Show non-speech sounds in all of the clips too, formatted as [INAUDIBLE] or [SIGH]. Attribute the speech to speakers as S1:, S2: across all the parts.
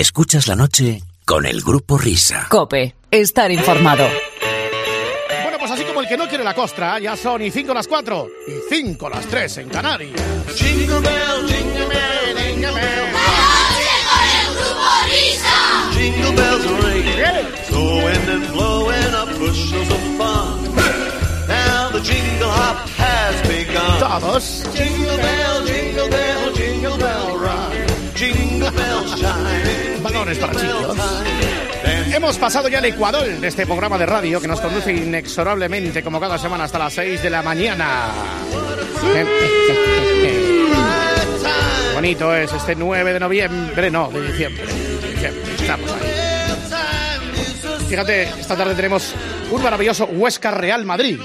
S1: Escuchas la noche con el grupo Risa.
S2: Cope, estar informado.
S3: Bueno, pues así como el que no quiere la costra, ya son y 5 las 4 y 5 las 3 en Canarias.
S4: Jingle bell, jingle bell, jingle bell. Jingle bells ring. Going and blowing up bushels of fun. Now the jingle hop has begun.
S3: Todos.
S4: Jingle bell, jingle bell, jingle bell rock. Jingle bells chime.
S3: Balones para chicos.
S4: Dance.
S3: Hemos pasado ya el Ecuador de este programa de radio que nos conduce inexorablemente como cada semana hasta las 6 de la mañana. Bonito es este 9 de noviembre, no, de diciembre. De diciembre, Estamos ahí. Fíjate, esta tarde tenemos un maravilloso Huesca Real Madrid.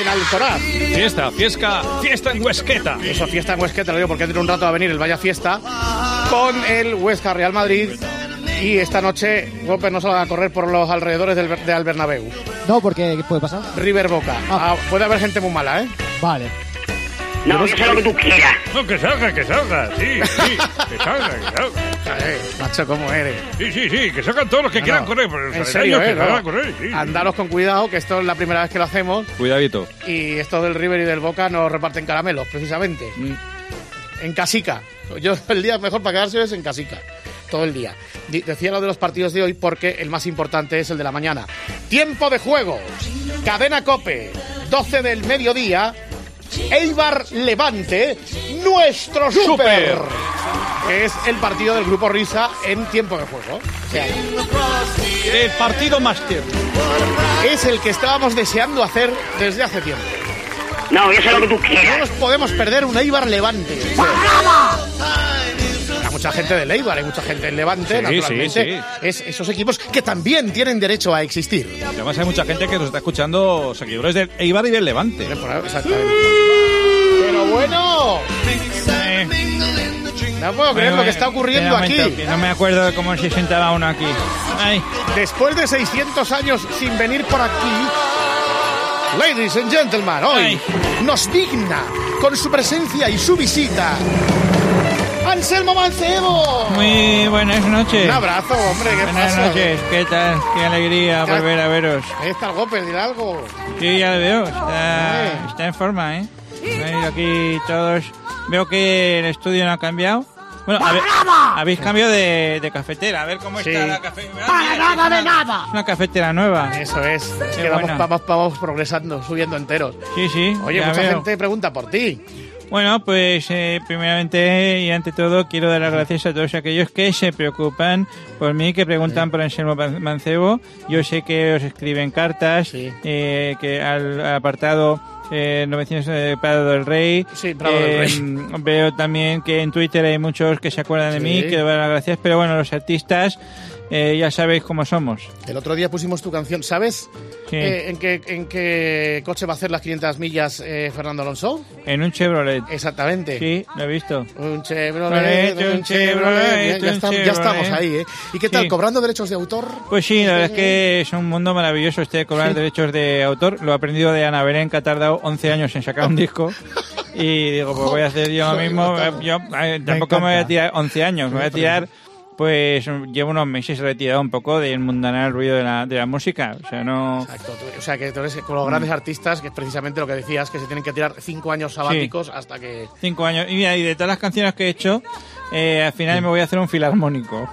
S3: En Alcoraz.
S5: Fiesta, fiesta, fiesta en Huesqueta.
S3: Esa fiesta en Huesca, te lo digo porque dentro de un rato va a venir el Vaya Fiesta con el Huesca Real Madrid. Y esta noche, Gómez no se va a correr por los alrededores del, Ber- del Bernabéu.
S6: No, porque ¿qué puede pasar?
S3: River Boca.
S6: Ah.
S3: Ah, puede haber gente muy mala, ¿eh?
S6: Vale.
S7: No, eso es lo que tú quieras.
S5: No, que salga, que salga. Sí, sí, que salga, que salga.
S3: Eh, Macho, ¿cómo eres?
S5: Sí, sí, sí, que salgan todos los que quieran
S3: No,
S5: correr. Pero los
S3: en serio,
S5: aledaños
S3: ¿eh?
S5: que salgan
S3: No.
S5: a correr, sí.
S3: Andaros con cuidado, que esto es la primera vez que lo hacemos.
S8: Cuidadito.
S3: Y esto del River y del Boca nos reparten caramelos, precisamente. En casica. Yo el día mejor para quedarse es en casica. Todo el día. Di- Decía lo de los partidos de hoy porque el más importante es el de la mañana. Tiempo de juego. Cadena Cope. 12 del mediodía. Eibar Levante. Nuestro super. Que es el partido del grupo Risa en tiempo de juego. O sea,
S8: El partido máster.
S3: es el que estábamos deseando hacer desde hace tiempo.
S7: No, eso es lo que tú
S3: No
S7: quieras.
S3: nos podemos perder un Eibar Levante. Hay mucha gente del Eibar, hay mucha gente del Levante,
S8: Sí,
S3: naturalmente.
S8: sí,
S3: Es esos equipos que también tienen derecho a existir.
S8: Además hay mucha gente que nos está escuchando, seguidores de Eibar y del Levante.
S3: Exactamente. Pero bueno,
S8: Eh.
S3: no puedo creer lo que está ocurriendo aquí.
S8: No me acuerdo de cómo se sentaba uno aquí. Ay.
S3: Después de 600 años sin venir por aquí, ladies and gentlemen, hoy
S8: Ay.
S3: nos digna con su presencia y su visita. Anselmo Mancebo.
S8: Muy buenas noches.
S3: Un abrazo, hombre, ¿qué
S8: Buenas
S3: pasa?
S8: noches, ¿qué tal? Qué alegría
S3: Ya-
S8: volver a veros.
S3: Ahí está el Gopper, dile algo.
S8: Sí, ya lo veo,
S3: Sí.
S8: está, está en forma, ¿eh? Han venido aquí todos. Veo que el estudio no ha cambiado. Bueno, habe- habéis cambiado de, de cafetera, a ver cómo
S3: Sí.
S8: está la cafetera. ¡Para nada de nada! Es una cafetera nueva.
S3: Eso es. es
S8: Qué
S3: que vamos,
S8: buena.
S3: vamos, vamos progresando, subiendo enteros.
S8: Sí, sí.
S3: Oye,
S8: ya
S3: mucha
S8: veo.
S3: gente pregunta por ti.
S8: Bueno, pues eh, primeramente y ante todo quiero dar las gracias a todos aquellos que se preocupan por mí, que preguntan por Anselmo Man- Mancebo. Yo sé que os escriben cartas
S3: Sí.
S8: eh, que al apartado eh, 900 de Prado del Rey.
S3: Sí, Prado del Rey.
S8: mm, Veo también que en Twitter hay muchos que se acuerdan de
S3: Sí.
S8: mí, que doy las gracias, pero bueno, los artistas eh, ya sabéis cómo somos.
S3: El otro día pusimos tu canción, ¿sabes?
S8: Sí.
S3: Eh, ¿en, qué, en qué coche va a hacer las 500 millas eh, Fernando Alonso?
S8: En un Chevrolet.
S3: Exactamente.
S8: Sí, lo he visto.
S3: Un Chevrolet,
S8: Vale,
S3: un
S8: un
S3: Chevrolet.
S8: Chevrolet,
S3: Eh, Ya,
S8: un
S3: estamos, ya
S8: Chevrolet.
S3: estamos ahí, ¿eh? ¿Y qué tal?
S8: Sí.
S3: ¿Cobrando derechos de autor?
S8: Pues sí, la verdad es que es un mundo maravilloso este de cobrar derechos de autor. Lo he aprendido de Ana Belén, que ha tardado 11 años en
S3: [LAUGHS]
S8: sacar un disco. Y digo, pues voy a hacer yo lo
S3: Joder,
S8: mismo.
S3: brutal.
S8: Yo eh, tampoco me, voy a tirar 11 años,
S3: [LAUGHS]
S8: me voy a tirar, pues llevo unos meses retirado un poco del mundanal ruido de la, de la música. O sea, no...
S3: Exacto. tú- O sea, que tú eres con los
S8: Mm.
S3: grandes artistas, que es precisamente lo que decías, que se tienen que tirar cinco años sabáticos hasta que...
S8: Cinco años. Y mira, y de todas las canciones que he hecho, eh, al final me voy a hacer un filarmónico.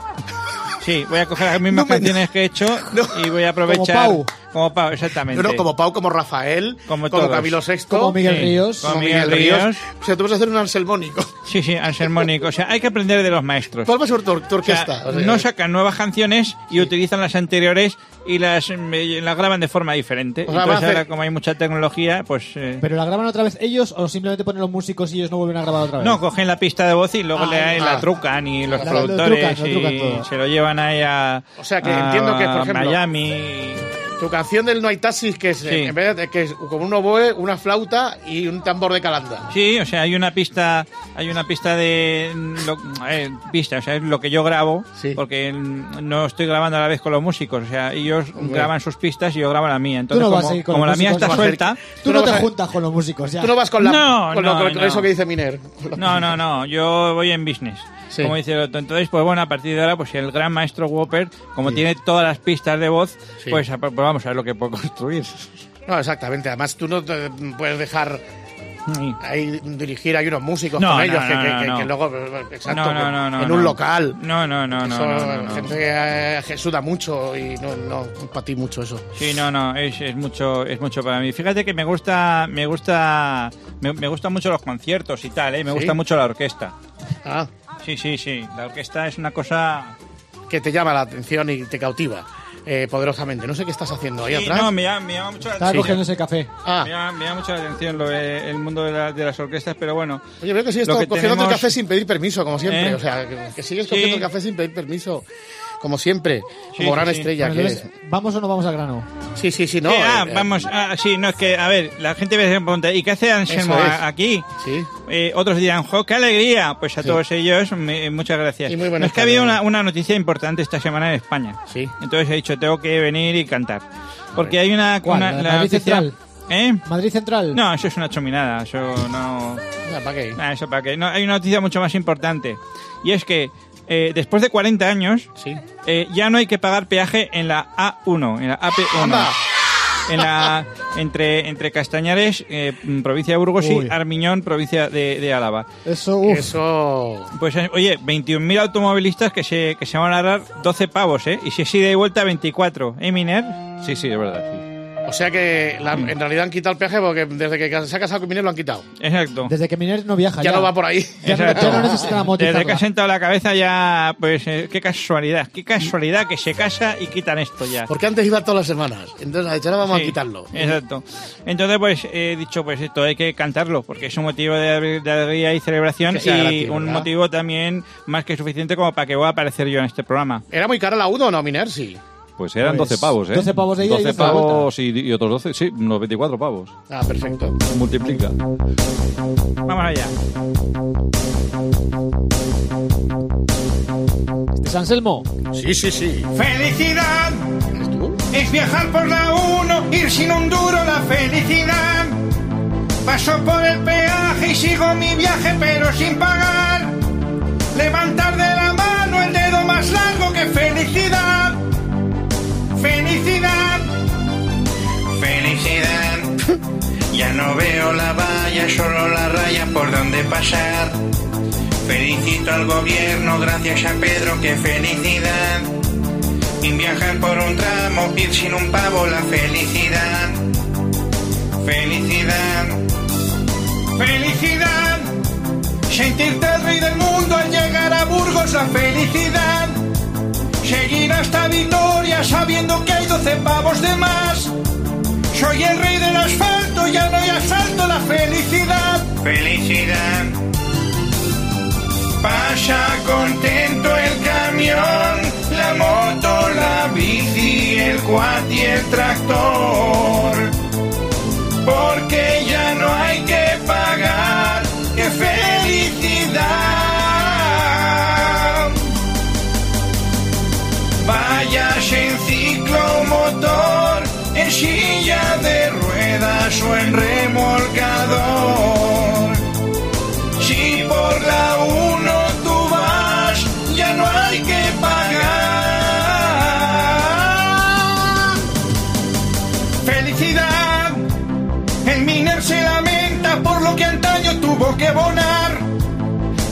S8: Sí, voy a coger las mismas
S3: No me-
S8: canciones que he hecho
S3: [LAUGHS] No.
S8: y voy a aprovechar...
S6: Pau.
S8: Como Pau, exactamente.
S3: No, no, como Pau, como Rafael,
S8: Como
S3: como,
S8: todos.
S3: Camilo VI,
S6: Como Miguel
S8: Sí.
S6: Ríos.
S8: Como
S3: como
S8: Miguel Ríos.
S3: O sea, tú vas a hacer un anselmónico.
S8: Sí, sí, Anselmónico. O sea, hay que aprender de los maestros.
S3: ¿Cuál va a ser
S8: O
S3: tu, tu
S8: sea,
S3: orquesta? O sea, eh.
S8: no sacan nuevas canciones y utilizan las anteriores y las, eh, las graban de forma diferente.
S3: O sea, va a
S8: Entonces,
S3: hacer-
S8: ahora, como hay mucha tecnología, pues. eh,
S6: ¿Pero la graban otra vez ellos o simplemente ponen los músicos y ellos no vuelven a grabar otra vez?
S8: No, cogen la pista de voz y luego
S6: Ah,
S8: le,
S6: ah.
S8: la trucan y los
S6: La- lo
S8: productores
S6: trucan, lo trucan
S8: y
S6: todo.
S8: se lo llevan ahí a.
S3: O sea, que
S8: a
S3: entiendo que, por ejemplo-
S8: Ah, Miami.
S3: tu canción del No hay taxis, que es, eh,
S8: Sí.
S3: en vez de, que es como un oboe, una flauta y un tambor de calanda.
S8: Sí, o sea, hay una pista, hay una pista de lo, eh, pista, o sea, es lo que yo grabo,
S3: Sí.
S8: porque mm, no estoy grabando a la vez con los músicos, o sea, ellos graban sus pistas y yo grabo la mía.
S6: Tú
S8: Entonces,
S6: no vas
S8: como,
S6: a ir con
S8: como
S6: los
S8: la mía está
S6: músicos, no vas a ir.
S8: suelta,
S6: Tú
S3: no
S6: no te
S3: vas a-
S6: juntas con los músicos ya.
S3: Tú no vas con, la,
S8: No,
S3: con,
S8: no,
S3: con- con
S8: no.
S3: [LAUGHS] eso que dice Miner. Con lo-
S8: no, no, no, yo voy en business.
S3: Sí.
S8: como dice el otro. Entonces, pues bueno, a partir de ahora, pues el gran maestro Whopper, como tiene todas las pistas de voz,
S3: Sí.
S8: pues, a- pues vamos a ver lo que puedo [LAUGHS] construir.
S3: No, exactamente. Además, tú no te puedes dejar ahí dirigir. Hay unos músicos
S8: No,
S3: con
S8: no,
S3: ellos que,
S8: no,
S3: que-
S8: no,
S3: que-
S8: no.
S3: que luego, eh, exacto,
S8: No, no, no, no,
S3: en
S8: no.
S3: un local.
S8: No, no, no, no.
S3: Eso,
S8: no, no, no.
S3: gente que eh, que suda mucho y no, no compatí mucho eso.
S8: Sí, no, no, es, es mucho, es mucho para mí. Fíjate que me gusta, me gusta, me, me gustan mucho los conciertos y tal, ¿eh? Me
S3: ¿Sí?
S8: gusta mucho la orquesta.
S3: Ah,
S8: Sí, sí, sí. La orquesta es una cosa.
S3: que te llama la atención y te cautiva eh, poderosamente. No sé qué estás haciendo ahí
S8: Sí,
S3: atrás.
S8: no, me llama, me llama mucho la
S6: Estaba
S8: atención.
S6: cogiendo ese café.
S3: ah,
S8: Me llama, me llama mucho la atención lo de- el mundo de, la- de las orquestas, pero bueno.
S3: oye, veo que sigues
S8: Lo que
S3: cogiendo
S8: tenemos-
S3: el café sin pedir permiso, como siempre.
S8: ¿Eh?
S3: O sea, que, que sigues
S8: Sí.
S3: cogiendo el café sin pedir permiso, como siempre. como gran
S8: sí, sí.
S3: estrella
S6: Bueno,
S3: que
S6: entonces, ¿Vamos o no vamos al grano?
S3: eres. Sí, sí, sí, no.
S8: Eh, ah,
S3: eh,
S8: vamos, ah, sí, no, es que, a ver, la gente me pregunta, ¿y qué hace Anselmo
S3: Eso es.
S8: a- aquí?
S3: Sí.
S8: Eh, otros dirán, ¡jo, qué alegría! Pues a
S3: Sí.
S8: todos ellos, me- eh, muchas gracias.
S3: Y muy buenas
S8: No, es que ha habido
S3: tardes.
S8: una, una noticia importante esta semana en España.
S3: Sí.
S8: Entonces he dicho, tengo que venir y cantar. Porque hay una...
S6: ¿Cuál?
S8: una-
S6: ¿La de Madrid Central?
S8: ¿Eh?
S6: ¿Madrid Central?
S8: No, eso es una chominada, eso no...
S3: Ah, ¿Para qué?
S8: Nah, eso para qué. No, hay una noticia mucho más importante. Y es que eh, después de 40 años
S3: Sí.
S8: eh, ya no hay que pagar peaje en la A1, en la AP1.
S3: Anda.
S8: En la, entre, entre Castañares, eh, mm, provincia de Burgos,
S6: Uy.
S8: y Armiñón, provincia de, de Álava.
S6: Eso, uff.
S3: Eso.
S8: Pues eh, oye, 21.000 automovilistas que se, que se van a dar 12 pavos, ¿eh? Y si es ida y vuelta, 24. ¿Eh, Miner?
S9: Sí, sí, es verdad. sí.
S3: O sea que la- en realidad han quitado el peaje porque desde que se ha casado con Miner lo han quitado.
S8: Exacto.
S6: Desde que Miner no viaja.
S3: Ya, no va por ahí.
S6: Ya no,
S8: Exacto.
S6: ya no necesita la motita.
S8: Desde que ha sentado la cabeza ya, pues eh, qué casualidad, qué casualidad que se casa y quitan esto ya.
S3: Porque antes iba todas las semanas. Entonces, ha dicho, ahora vamos
S8: Sí,
S3: a quitarlo.
S8: Exacto. Entonces, pues he dicho, pues esto hay que cantarlo, porque es un motivo de, de alegría y celebración
S3: Que sea
S8: y
S3: gratis,
S8: un
S3: ¿verdad?
S8: motivo también más que suficiente como para que voy a aparecer yo en este programa.
S3: Era muy cara la 1 o no, Miner, sí.
S9: Pues eran
S6: Pues,
S9: 12 pavos, ¿eh?
S6: 12 pavos de ida
S9: 12
S6: y 12 de vuelta.
S9: pavos y, y otros 12, sí, unos 24 pavos.
S3: Ah, perfecto.
S9: Multiplica.
S8: Vamos allá.
S6: ¿Es Anselmo?
S3: Sí, sí, sí.
S5: ¡Felicidad!
S3: ¿Eres tú?
S5: Es viajar por la 1, ir sin un duro, la felicidad. Paso por el peaje y sigo mi viaje, pero sin pagar. Levantar de la mano el dedo más largo que felicidad. Felicidad. Felicidad. Ya no veo la valla, solo la raya por donde pasar. Felicito al gobierno, gracias a Pedro, que felicidad. Sin viajar por un tramo, ir sin un pavo, la felicidad. Felicidad. Felicidad. Sentirte el rey del mundo al llegar a Burgos, la felicidad. Seguir hasta Vitoria sabiendo que hay 12 pavos de más. Soy el rey del asfalto, ya no hay asalto, la felicidad. Felicidad. Pasa contento el camión, la moto, la bici, el quad y el tractor. Porque ya no hay que pagar, ¡qué felicidad! Vayas en ciclomotor, en silla de ruedas o en remolcador. Si por la uno tú vas, ya no hay que pagar. Felicidad, el miner se lamenta por lo que antaño tuvo que bonar.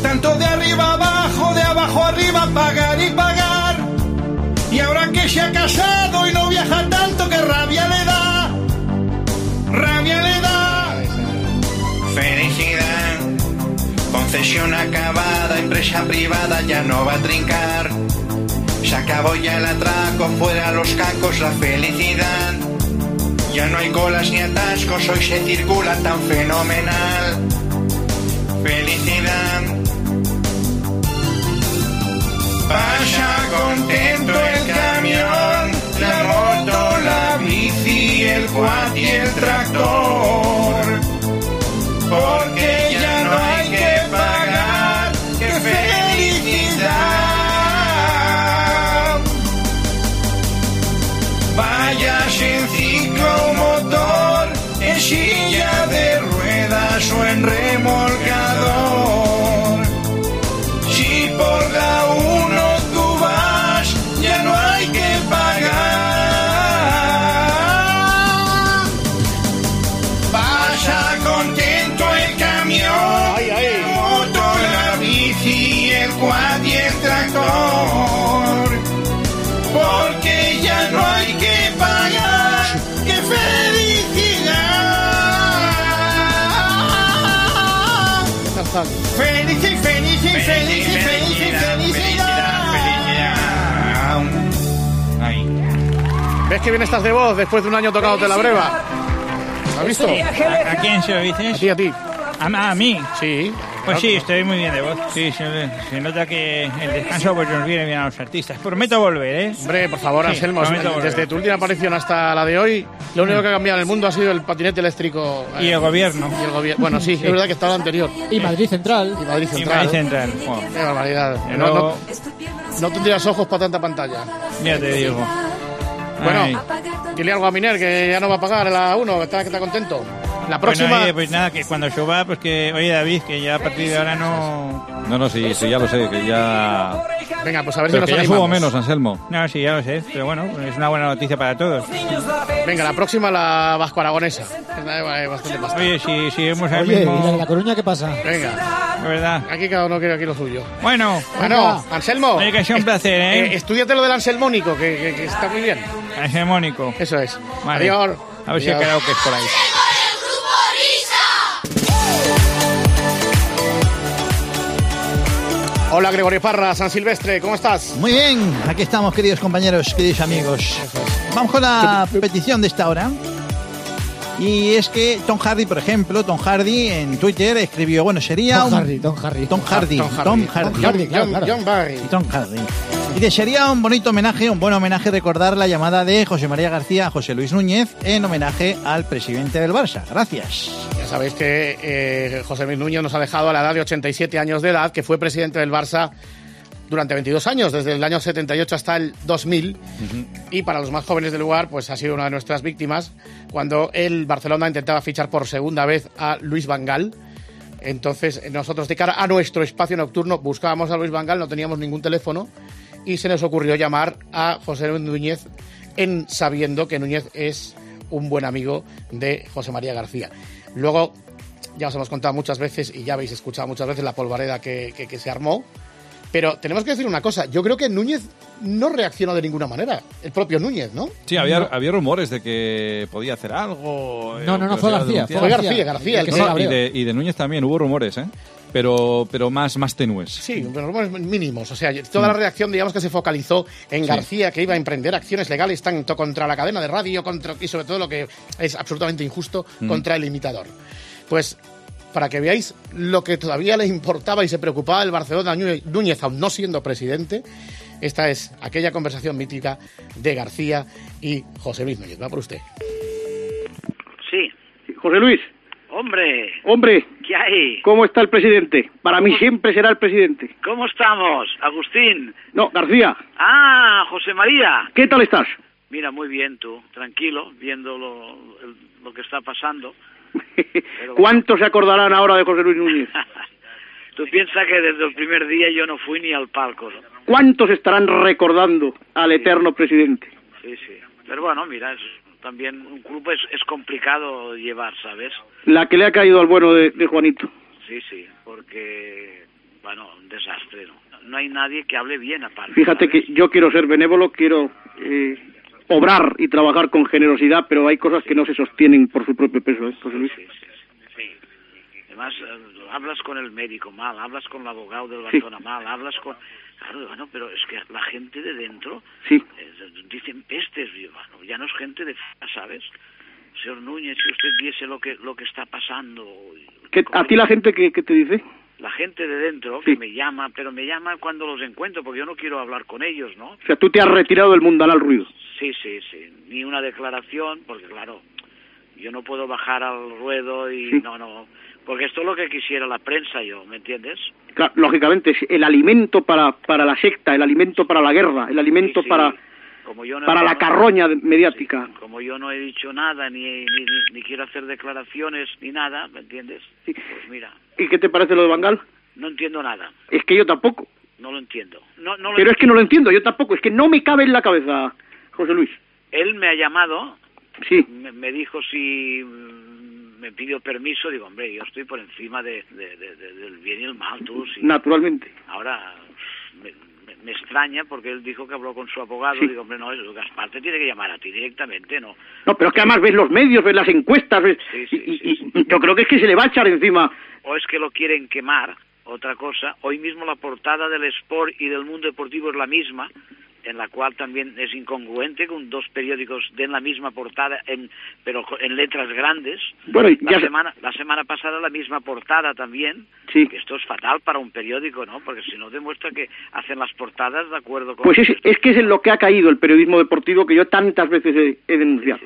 S5: Tanto de arriba abajo, de abajo arriba, pagar y pagar. Y ahora que se ha casado y no viaja tanto, que rabia le da. Rabia le da. Felicidad. Concesión acabada, empresa privada ya no va a trincar. Se acabó ya el atraco, fuera los cacos, la felicidad. Ya no hay colas ni atascos, hoy se circula tan fenomenal. Felicidad. Pasa contento el camión, la moto, la bici, el quad y el tractor porque ya no hay que pagar. ¡Qué felicidad! Vayas en ciclomotor, en silla de ruedas o en remolcador. Si por
S6: Hashtag.
S5: Felici, felici, felici, felici, felicidad.
S8: Ahí.
S3: ¿Ves que bien estás de voz después de un año tocado de la breva? ¿Has visto? A
S8: ¿A, a quién se lo dices?
S3: ti, a ti.
S8: A, a mí.
S3: Sí.
S8: Pues sí, estoy muy bien de voz. Sí, se, se nota que el descanso pues, nos viene bien a los artistas. Prometo volver, ¿eh?
S3: Hombre, por favor,
S8: Sí,
S3: Anselmo,
S8: prometo volver.
S3: desde tu última aparición hasta la de hoy, lo único que ha cambiado en el mundo ha sido el patinete eléctrico eh,
S8: Y el gobierno.
S3: y el gobierno.
S8: [LAUGHS]
S3: Bueno, sí, es verdad que estaba el anterior.
S6: Y Madrid Central.
S3: Y Madrid
S8: Y
S3: Central.
S8: Madrid Central. Bueno,
S3: Qué barbaridad.
S8: y
S3: No,
S8: luego,
S3: no- no tendrías ojos para tanta pantalla.
S8: ya te digo.
S3: este- Bueno,
S8: Ay.
S3: dile algo a Miner, que ya no va a pagar la 1, que está, que está contento. La próxima...
S8: Bueno, oye, pues nada, que cuando suba, pues que, oye David, que ya a partir de ahora no...
S9: No, no, sí, sí, ya lo sé, que ya.
S3: Venga, pues a ver
S9: Pero
S3: si
S9: que
S3: nos
S9: ya subo
S3: animamos.
S9: menos, Anselmo.
S8: No, sí, ya lo sé, pero bueno, es una buena noticia para todos.
S3: Venga, la próxima la vasco-aragonesa. Es bastante pasta.
S8: Oye, si seguimos al
S6: Oye, ¿y la de
S8: mismo...
S6: La Coruña qué pasa?
S3: Venga,
S8: de verdad.
S3: aquí cada uno quiere aquí lo suyo.
S8: Bueno,
S3: Bueno, Anselmo.
S8: oye, que ha sido un placer,
S3: Eh,
S8: ¿eh?
S3: estudiate lo del anselmónico, que, que- que está muy bien.
S8: Hegemónico.
S3: Eso es.
S8: Vale.
S3: Adiós.
S8: A ver si hay
S3: Adiós.
S8: karaoke por ahí.
S3: Hola, Gregorio Parra, San Silvestre, ¿cómo estás?
S10: Muy bien, aquí estamos, queridos compañeros, queridos amigos. Vamos con la petición de esta hora. Y es que Tom Hardy, por ejemplo, Tom Hardy en Twitter escribió, bueno, sería
S6: Don
S10: un...
S6: Harry, Don Harry.
S10: Tom Hardy,
S3: Tom Hardy.
S10: Tom Hardy.
S6: Tom Hardy, claro,
S3: John,
S6: claro.
S3: John Barry.
S10: y Tom Hardy. Y que sería un bonito homenaje, un buen homenaje recordar la llamada de José María García a José Luis Núñez en homenaje al presidente del Barça. Gracias.
S3: Ya sabéis que eh, José Luis Núñez nos ha dejado a la edad de 87 años de edad, que fue presidente del Barça durante 22 años, desde el año 78 hasta el 2000. Y para los más jóvenes del lugar, pues ha sido una de nuestras víctimas cuando el Barcelona intentaba fichar por segunda vez a Luis Vangal. Entonces, eh, nosotros de cara a nuestro espacio nocturno buscábamos a Luis Vangal, no teníamos ningún teléfono y se nos ocurrió llamar a José Luis Núñez en sabiendo que Núñez es un buen amigo de José María García. Luego, ya os hemos contado muchas veces y ya habéis escuchado muchas veces la polvareda que, que- que se armó. Pero tenemos que decir una cosa, yo creo que Núñez no reaccionó de ninguna manera, el propio Núñez, ¿no?
S9: Sí, había, había rumores de que podía hacer algo. eh,
S6: No, no, no,
S9: que
S6: fue
S9: lo
S6: García.
S9: denunciado.
S3: Fue García, García,
S6: el que
S3: el
S6: se
S3: que-
S9: No, y,
S6: cabreó.
S9: de, y de Núñez también hubo rumores, ¿eh? Pero, pero más, más tenues.
S3: Sí, unos rumores mínimos. O sea, toda la reacción, digamos que se focalizó en García, que iba a emprender acciones legales tanto contra la cadena de radio, contra, y sobre todo lo que es absolutamente injusto, contra el imitador. Pues, para que veáis lo que todavía le importaba y se preocupaba el Barcelona Ñu- Núñez, aún no siendo presidente, esta es aquella conversación mítica de García y José Luis Núñez. Va por usted.
S7: Sí.
S11: José Luis,
S7: Hombre,
S11: hombre,
S7: ¿qué hay?
S11: ¿cómo está el presidente? Para mí siempre será el presidente.
S7: ¿Cómo estamos, Agustín?
S11: No, García,
S7: Ah, José María.
S11: ¿qué tal estás?
S7: Mira, muy bien tú, tranquilo, viendo lo, el- lo que está pasando.
S11: [LAUGHS] ¿Cuántos se acordarán ahora de José Luis
S7: [LAUGHS]
S11: Núñez?
S7: Tú piensas que desde el primer día yo no fui ni al palco. ¿no?
S11: ¿Cuántos estarán recordando al eterno presidente?
S7: Sí, sí. Pero bueno, mira, es, también un club es, es complicado llevar, ¿sabes?
S11: La que le ha caído al bueno de, de Juanito.
S7: Sí, sí, porque, bueno, un desastre, ¿no? No hay nadie que hable bien aparte.
S11: Fíjate que
S7: ¿sabes?
S11: yo quiero ser benévolo, quiero eh, obrar y trabajar con generosidad, pero hay cosas que no se sostienen por su propio peso, ¿eh, José Luis?
S7: Sí, sí, sí. Además, eh, hablas con el médico mal, hablas con el abogado del
S11: Sí.
S7: Barcelona mal, hablas con... Claro, bueno, pero es que la gente de dentro
S11: Sí.
S7: eh, dicen pestes, y, bueno, ya no es gente de fuera, ¿sabes? Señor Núñez, si usted viese lo que lo que está pasando...
S11: ¿Qué- ¿A ti la gente qué, qué te dice?
S7: La gente de dentro
S11: Sí.
S7: que me llama, pero me llama cuando los encuentro, porque yo no quiero hablar con ellos, ¿no?
S11: O sea, tú te has retirado del mundanal ruido.
S7: Sí, sí, sí. Ni una declaración, porque claro, yo no puedo bajar al ruedo y
S11: Sí.
S7: no, no. Porque esto es lo que quisiera la prensa, yo, ¿me entiendes?
S11: Claro, lógicamente, es el alimento para, para la secta, el alimento para la guerra, el alimento
S7: Sí, sí.
S11: para,
S7: Como yo no-
S11: para la
S7: no-
S11: carroña de- mediática.
S7: sí, como yo no he dicho nada, ni, ni, ni- ni quiero hacer declaraciones, ni nada, ¿me entiendes?
S11: Sí.
S7: Pues mira,
S11: ¿Y qué te parece lo de Bangal?
S7: no entiendo nada,
S11: Es que yo tampoco.
S7: no lo entiendo. No, no lo
S11: Pero es que
S7: entiendo.
S11: no lo entiendo, yo tampoco. Es que no me cabe en la cabeza, José Luis.
S7: Él me ha llamado,
S11: Sí,
S7: me, me dijo si mm, me pidió permiso, digo, hombre, yo estoy por encima de, de- de- de- del bien y el mal, tú, si-
S11: naturalmente.
S7: Ahora me, me- me extraña porque él dijo que habló con su abogado.
S11: Sí.
S7: Digo, hombre, no, es- Gaspar te tiene que llamar a ti directamente, ¿no?
S11: No, pero es que además ves los medios, ves las encuestas, ves- y- y- y yo creo que es que se le va a echar encima.
S7: O es que lo quieren quemar, otra cosa. Hoy mismo la portada del Sport y del Mundo Deportivo es la misma, en la cual también es incongruente que un- dos periódicos den la misma portada, en, pero co- en letras grandes.
S11: Bueno, y
S7: la,
S11: ya se-
S7: semana, la semana pasada la misma portada también.
S11: Sí.
S7: Que esto es fatal para un periódico, ¿no? Porque si no demuestra que hacen las portadas de acuerdo con...
S11: Pues es, es que es en lo que ha caído el periodismo deportivo que yo tantas veces he, he denunciado.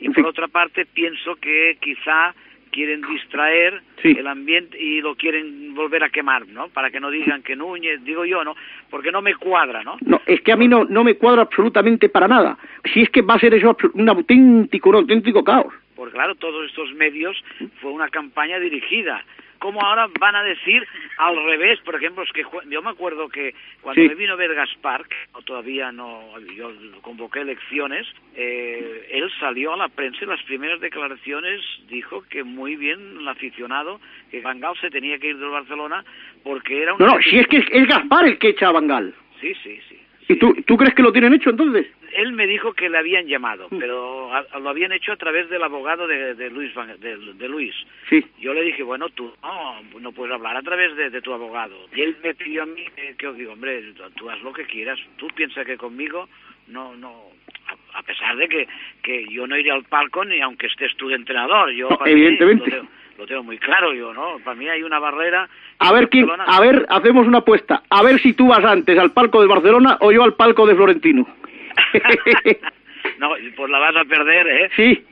S7: Y
S11: en
S7: por
S11: fin.
S7: otra parte, pienso que quizá quieren distraer
S11: Sí.
S7: el ambiente y lo quieren volver a quemar, ¿no? Para que no digan que Núñez, digo yo, ¿no? Porque no me cuadra, ¿no?
S11: No, es que a mí no, no me cuadra absolutamente para nada. Si es que va a ser eso abso- un auténtico, un auténtico caos.
S7: Porque claro, todos estos medios fue una campaña dirigida. ¿Cómo ahora van a decir al revés? Por ejemplo, es que jue- yo me acuerdo que cuando
S11: Sí.
S7: me vino a ver Gaspar, que no- todavía no, yo convoqué elecciones, eh, él salió a la prensa y las primeras declaraciones dijo que muy bien el aficionado, que Van Gaal se tenía que ir del Barcelona porque era un...
S11: No, no, si es que es, es Gaspar el que echa a Bangal.
S7: Sí, sí, sí.
S11: ¿Y tú, tú crees que lo tienen hecho entonces?
S7: Él me dijo que le habían llamado,
S11: Mm.
S7: pero a- lo habían hecho a través del abogado de, de Luis. Van- de- de Luis.
S11: Sí.
S7: Yo le dije, bueno, tú no, no puedes hablar a través de, de tu abogado. Y él me pidió a mí eh, que os digo, hombre, tú- tú haz lo que quieras, tú piensa que conmigo no, no, a, a pesar de que, que yo no iré al palco ni aunque estés tú de entrenador, yo
S11: No,
S7: para mí
S11: evidentemente.
S7: lo, tengo, lo tengo muy claro, yo, ¿no? Para mí hay una
S11: [LAUGHS]
S7: barrera.
S11: A ver quién,
S7: Barcelona-
S11: a ver, hacemos una apuesta. A ver si tú vas antes al palco de Barcelona o yo al palco
S7: [LAUGHS]
S11: de Florentino.
S7: No, pues la vas a perder, ¿eh?
S11: sí.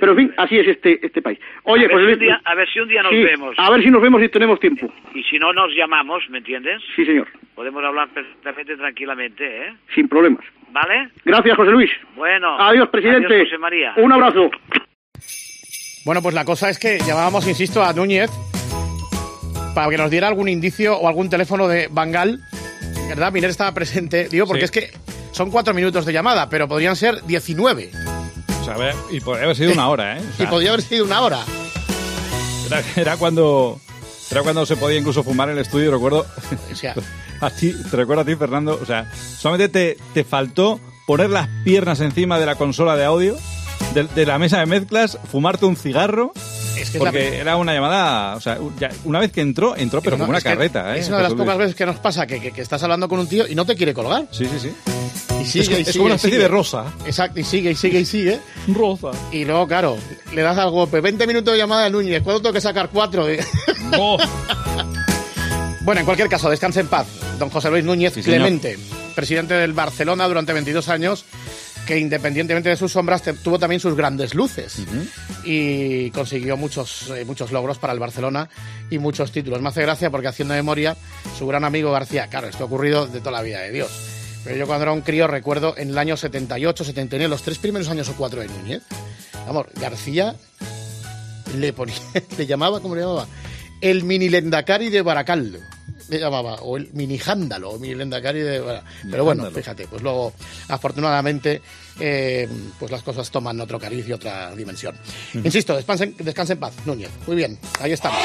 S11: Pero en fin, así es este este país. Oye,
S7: a, ver
S11: José
S7: si
S11: Luis,
S7: un día, a ver si un día nos
S11: sí,
S7: vemos.
S11: A ver si nos vemos y tenemos tiempo.
S7: Y si no nos llamamos, ¿me entiendes?
S11: Sí, señor,
S7: Podemos hablar perfectamente tranquilamente, ¿eh?
S11: sin problemas.
S7: ¿Vale?
S11: Gracias, José Luis.
S7: Bueno.
S11: Adiós, presidente.
S7: adiós, José María.
S11: Un abrazo.
S3: Bueno, pues la cosa es que llamábamos, insisto, a Núñez para que nos diera algún indicio o algún teléfono de Bangal. ¿Verdad? Miner estaba presente. Digo, porque es que son cuatro minutos de llamada, pero podrían ser 19.
S9: O sea, a ver, y podría haber sido una hora, ¿eh? O
S3: Y
S9: sea,
S3: podría haber sido una hora.
S9: era, era cuando era cuando se podía incluso fumar en el estudio, recuerdo.
S3: sea.
S9: [LAUGHS] a ti, te recuerdo a ti, Fernando. O sea, solamente te, te faltó poner las piernas encima de la consola de audio, de, de la mesa de mezclas, fumarte un cigarro.
S3: Es que es la-
S9: porque era una llamada, o sea, ya- una vez que entró, entró pero
S3: No,
S9: como una
S3: es que
S9: carreta, ¿eh?
S3: Es una de las
S9: José Luis.
S3: pocas veces que nos pasa que, que- que estás hablando con un tío y no te quiere colgar.
S9: Sí, sí, sí.
S3: Y sigue,
S9: Es como-
S3: y
S9: es
S3: sigue,
S9: como una
S3: y
S9: especie
S3: sigue.
S9: de rosa.
S3: Exacto, y sigue, y sigue, y sigue.
S9: Rosa.
S3: Y luego, claro, le das al golpe. 20 minutos de llamada de Núñez. ¿Cuándo tengo que sacar cuatro? [LAUGHS] bueno, en cualquier caso, descanse en paz. Don José Luis Núñez
S9: señor.
S3: Clemente, presidente del Barcelona durante 22 años, que independientemente de sus sombras, te- tuvo también sus grandes luces. Y consiguió muchos, eh, muchos logros para el Barcelona y muchos títulos. Me hace gracia porque haciendo memoria, su gran amigo García, claro, esto ha ocurrido de toda la vida de Dios. Pero yo cuando era un crío recuerdo en el año 78, 79, los tres primeros años o cuatro de Núñez. Vamos, García le ponía, [LAUGHS] le llamaba, ¿cómo le llamaba? El mini lendacari de Baracaldo. Le llamaba, o el mini jándalo, o mini lendacari de Bara- Pero bueno, fíjate, pues luego, afortunadamente, eh, pues las cosas toman otro cariz y otra dimensión. Insisto, descansen, descansen en paz, Núñez. Muy bien, ahí estamos.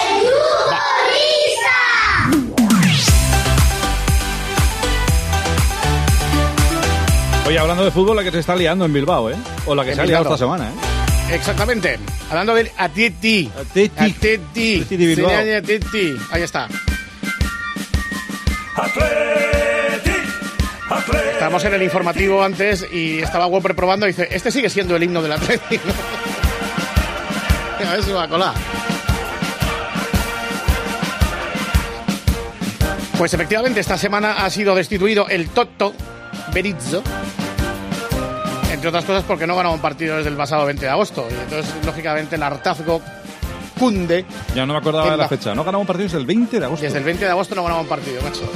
S9: Oye, hablando de fútbol, la que se está liando en Bilbao, ¿eh? O la que
S3: En
S9: se ha liado
S3: Bilbao.
S9: esta semana, ¿eh?
S3: Exactamente. Hablando del Atleti.
S9: Atleti.
S3: Atleti.
S9: Atleti de Bilbao.
S3: Señal de Atleti. Ahí está. Estamos en el informativo antes y estaba Whopper probando y dice, este sigue siendo el himno del Atleti. [LAUGHS] A ver si va a colar. Pues efectivamente, esta semana ha sido destituido el Toto Berizzo, entre otras cosas porque no ganaba un partido desde el pasado 20 de agosto. Y entonces, lógicamente, el hartazgo cunde
S9: Ya no me acordaba de
S3: En
S9: la
S3: la-
S9: fecha. No ganaba un partido desde el 20 de agosto.
S3: desde el 20 de agosto no ganaba un partido, macho.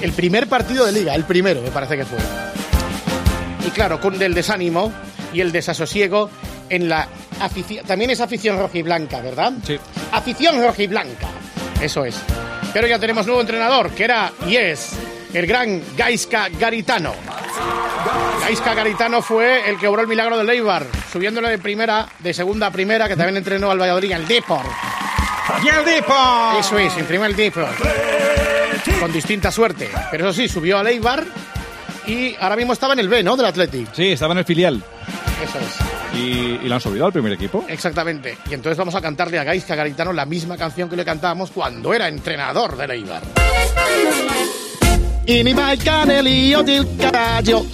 S3: El primer partido de liga, el primero, me parece que fue. Y claro, con el desánimo y el desasosiego en la afición. También es afición rojiblanca, ¿verdad?
S9: Sí.
S3: Afición rojiblanca. Eso es. Pero ya tenemos nuevo entrenador, que era y es el gran Gaisca Garitano. Gaisca Garitano fue el que obró el milagro del Eibar, subiéndolo de primera, de segunda a primera, que también entrenó al Valladolid y al Depor.
S9: ¡Y el Depor!
S3: Eso es, en primer tipo. con distinta suerte. Pero eso sí, subió al Eibar y ahora mismo estaba en el B, ¿no? Del Athletic.
S9: Sí, estaba en el filial.
S3: Eso es,
S9: Y, y lo han subido al primer equipo.
S3: exactamente. Y entonces vamos a cantarle a Gaisca Garitano la misma canción que le cantábamos cuando era entrenador del Eibar.
S12: Inima il cane Lio del Caraggio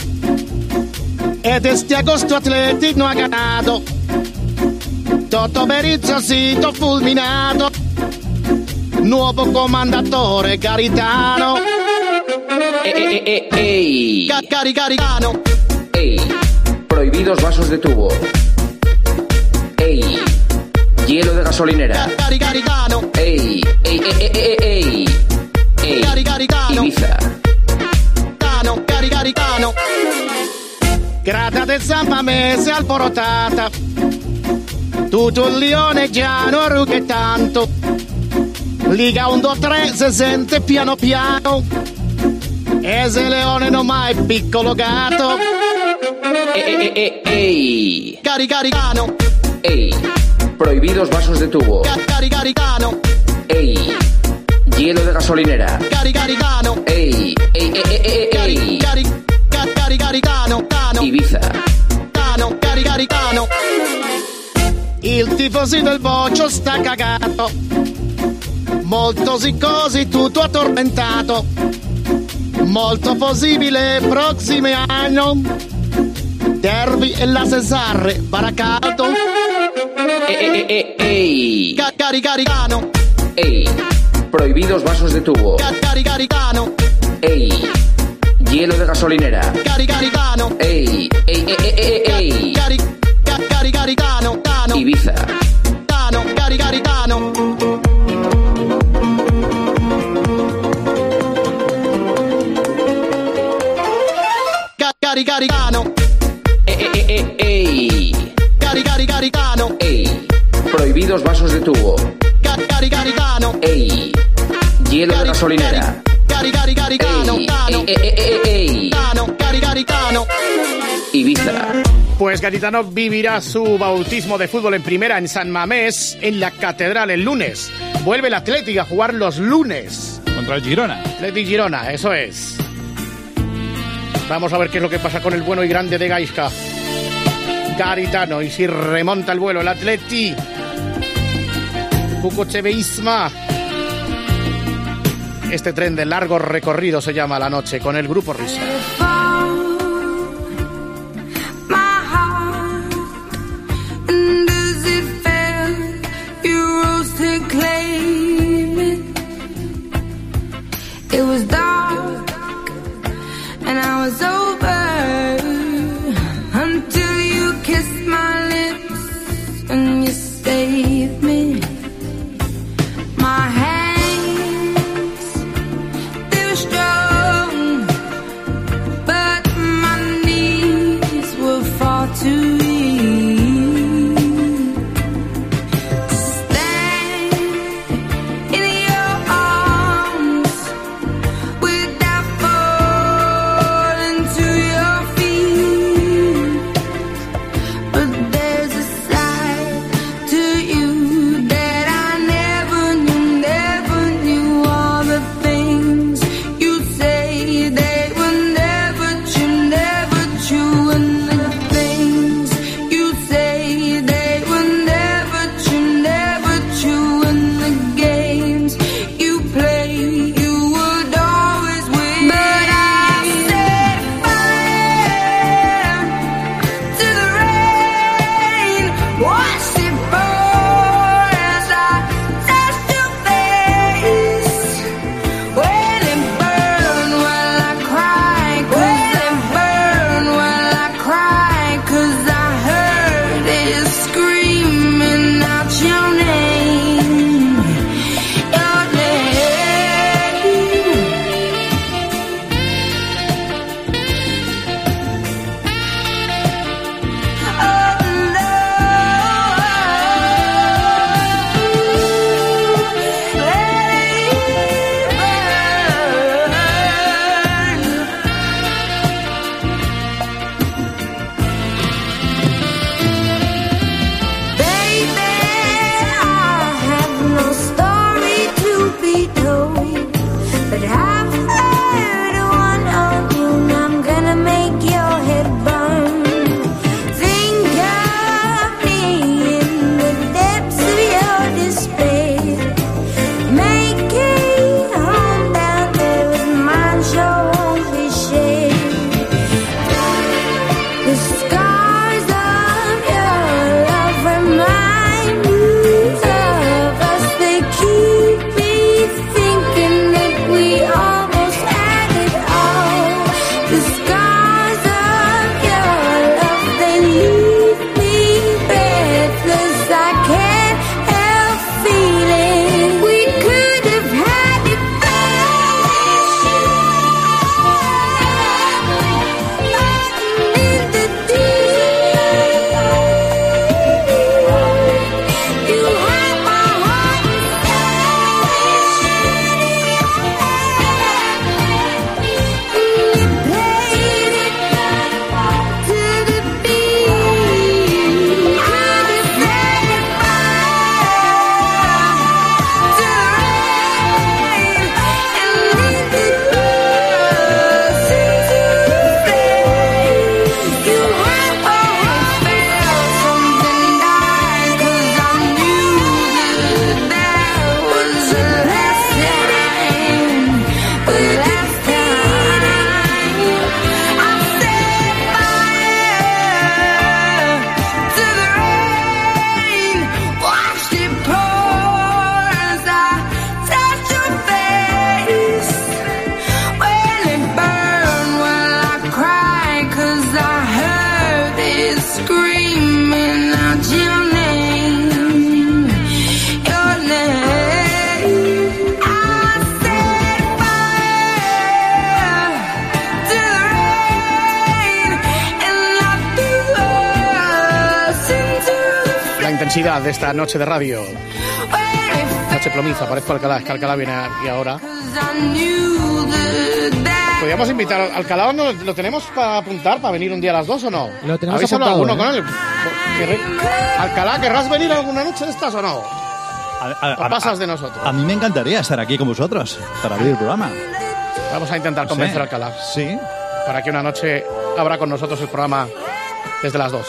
S12: e desde agosto Atletic no ha ganado Toto Berizzo ha sido fulminato nuovo comandatore Garitano
S13: Eh, eh, eh, ey.
S12: Ca- Cari Garitano
S13: Ey, prohibidos vasos de tubo. Ey, hielo de gasolinera.
S12: Cari Garitano
S13: Ey, ey, ey, ey, ey, ey. Ey,
S12: Cari Garitano
S13: Ibiza.
S12: Garitano Cari Garitano Grata del Zampa mese alborotata tutto il leone già non rughe tanto Liga 1, 2, 3 si sente piano piano E se leone non mai piccolo gatto
S13: Eh, eh, eh, ey.
S12: Cari caricano,
S13: Ey, prohibidos vasos de tubo.
S12: ca- cari caricano,
S13: Ey, hielo de gasolinera.
S12: cari caricano
S13: Ey, ey, ey, ey, ey,
S12: Cari,
S13: ey.
S12: cari, ca- cari caricano, cano,
S13: Ibiza.
S12: cano, cari caricano Il tifosino del boccio sta cagato Molto siccosi tutto attormentato Molto possibile prossime anno Derby e la Cesarre, Baracato
S13: Eh, eh, eh, eh, ey.
S12: Ca- Cari caricano,
S13: Ey, prohibidos vasos de tubo.
S12: ca- cari caricano,
S13: Ey, hielo de gasolinera.
S12: cari caricano
S13: Ey, ey, ey, ey, ey, ey.
S12: Cari, ca- cari caricano, cano
S13: Ibiza.
S12: Tano, cari cari Tano. Ca- Cari cari Tano,
S13: Eh, eh, eh, eh, ey.
S12: cari cari cari Tano,
S13: Ey, prohibidos vasos de tubo.
S12: Ca- cari cari Tano,
S13: Ey, hielo de gasolinera.
S12: cari cari cari Tano,
S13: Ey,
S12: Tano,
S13: eh, eh, eh, eh, ey.
S12: Tano, cari cari Tano.
S13: Ibiza.
S3: Pues Garitano vivirá su bautismo de fútbol en primera en San Mamés, en la Catedral el lunes. Vuelve el Athletic a jugar los lunes.
S9: Contra el Girona.
S3: Athletic Girona, eso es. Vamos a ver qué es lo que pasa con el bueno y grande de Gaisca. Garitano, y si remonta el vuelo el Atleti. Cucocheve Isma. Este tren de largo recorrido se llama La Noche con el grupo Risa.
S14: It was dark and I was over until you kissed my lips and you saved me. My hands, they were strong, but my knees were far too weak. Stand in your arms without falling to
S3: intensidad de esta noche de radio. Noche plomiza, parezco Alcalá, es que Alcalá viene aquí ahora. Podríamos invitar a Alcalá, ¿no? ¿lo tenemos para apuntar, para venir un día a las dos o no?
S6: Lo tenemos
S3: ¿Habéis hablado
S6: apuntado, ¿eh?
S3: alguno con él? ¿Querré- Alcalá, ¿querrás venir alguna noche de estas o no?
S10: A,
S3: ¿O pasas de nosotros?
S10: a mí me encantaría estar aquí con vosotros para abrir el programa.
S3: Vamos a intentar
S10: No sé.
S3: convencer a Alcalá.
S10: Sí.
S3: Para que una noche abra con nosotros el programa desde las dos.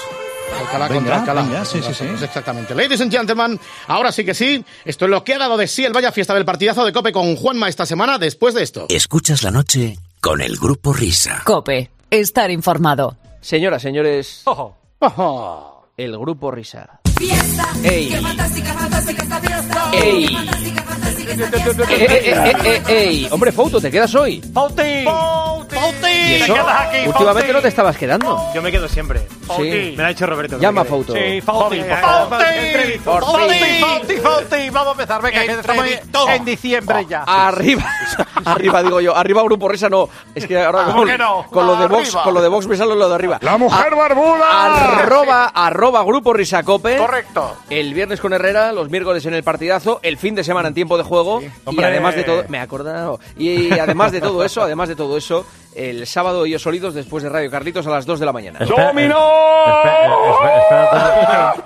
S3: Alcalá
S10: Venga,
S3: contra Alcalá.
S10: venga, sí, sí, sí.
S3: Pues Exactamente. Ladies and gentlemen, ahora sí que sí. Esto es lo que ha dado de sí el Vaya Fiesta del Partidazo de Cope con Juanma esta semana después de esto.
S1: Escuchas la noche con el grupo Risa.
S2: Cope, estar informado.
S15: Señoras, señores. El grupo Risa. ¡Ey! ¡Ey! ¡Ey, ey, ey, eh, ey! Hombre, Fouto, ¿te quedas hoy?
S16: ¡Fauti! ¡Fauti!
S15: ¿Y
S16: Te
S15: eso?
S16: quedas aquí,
S15: Últimamente
S16: Fauti.
S15: no te estabas quedando.
S16: Yo me quedo siempre.
S15: Sí.
S16: Me lo ha dicho Roberto. que
S15: Llama
S16: me quede.
S15: Fauto.
S16: Sí, Fauti.
S15: Fauti, por favor.
S16: Fauti. Fauti, Fauti, Fauti. Vamos a empezar, venga, que estamos en- en diciembre ya.
S15: Arriba, [LAUGHS] arriba digo yo, arriba Grupo Risa no, es que ahora
S16: ¿Cómo
S15: con,
S16: que no?
S15: con lo de Vox,
S16: Arriba.
S15: con lo de Vox me sale lo de arriba. La
S16: mujer
S15: barbuda. Arroba, arroba Grupo Risa Cope.
S16: Correcto.
S15: El viernes con Herrera, los miércoles en el partidazo, el fin de semana en tiempo de juego y
S16: Hombre.
S15: además de todo, me he acordado. Y además de todo eso, además de todo eso, el sábado ellos solidos después de Radio Carlitos a las 2 de la mañana.
S17: [LAUGHS]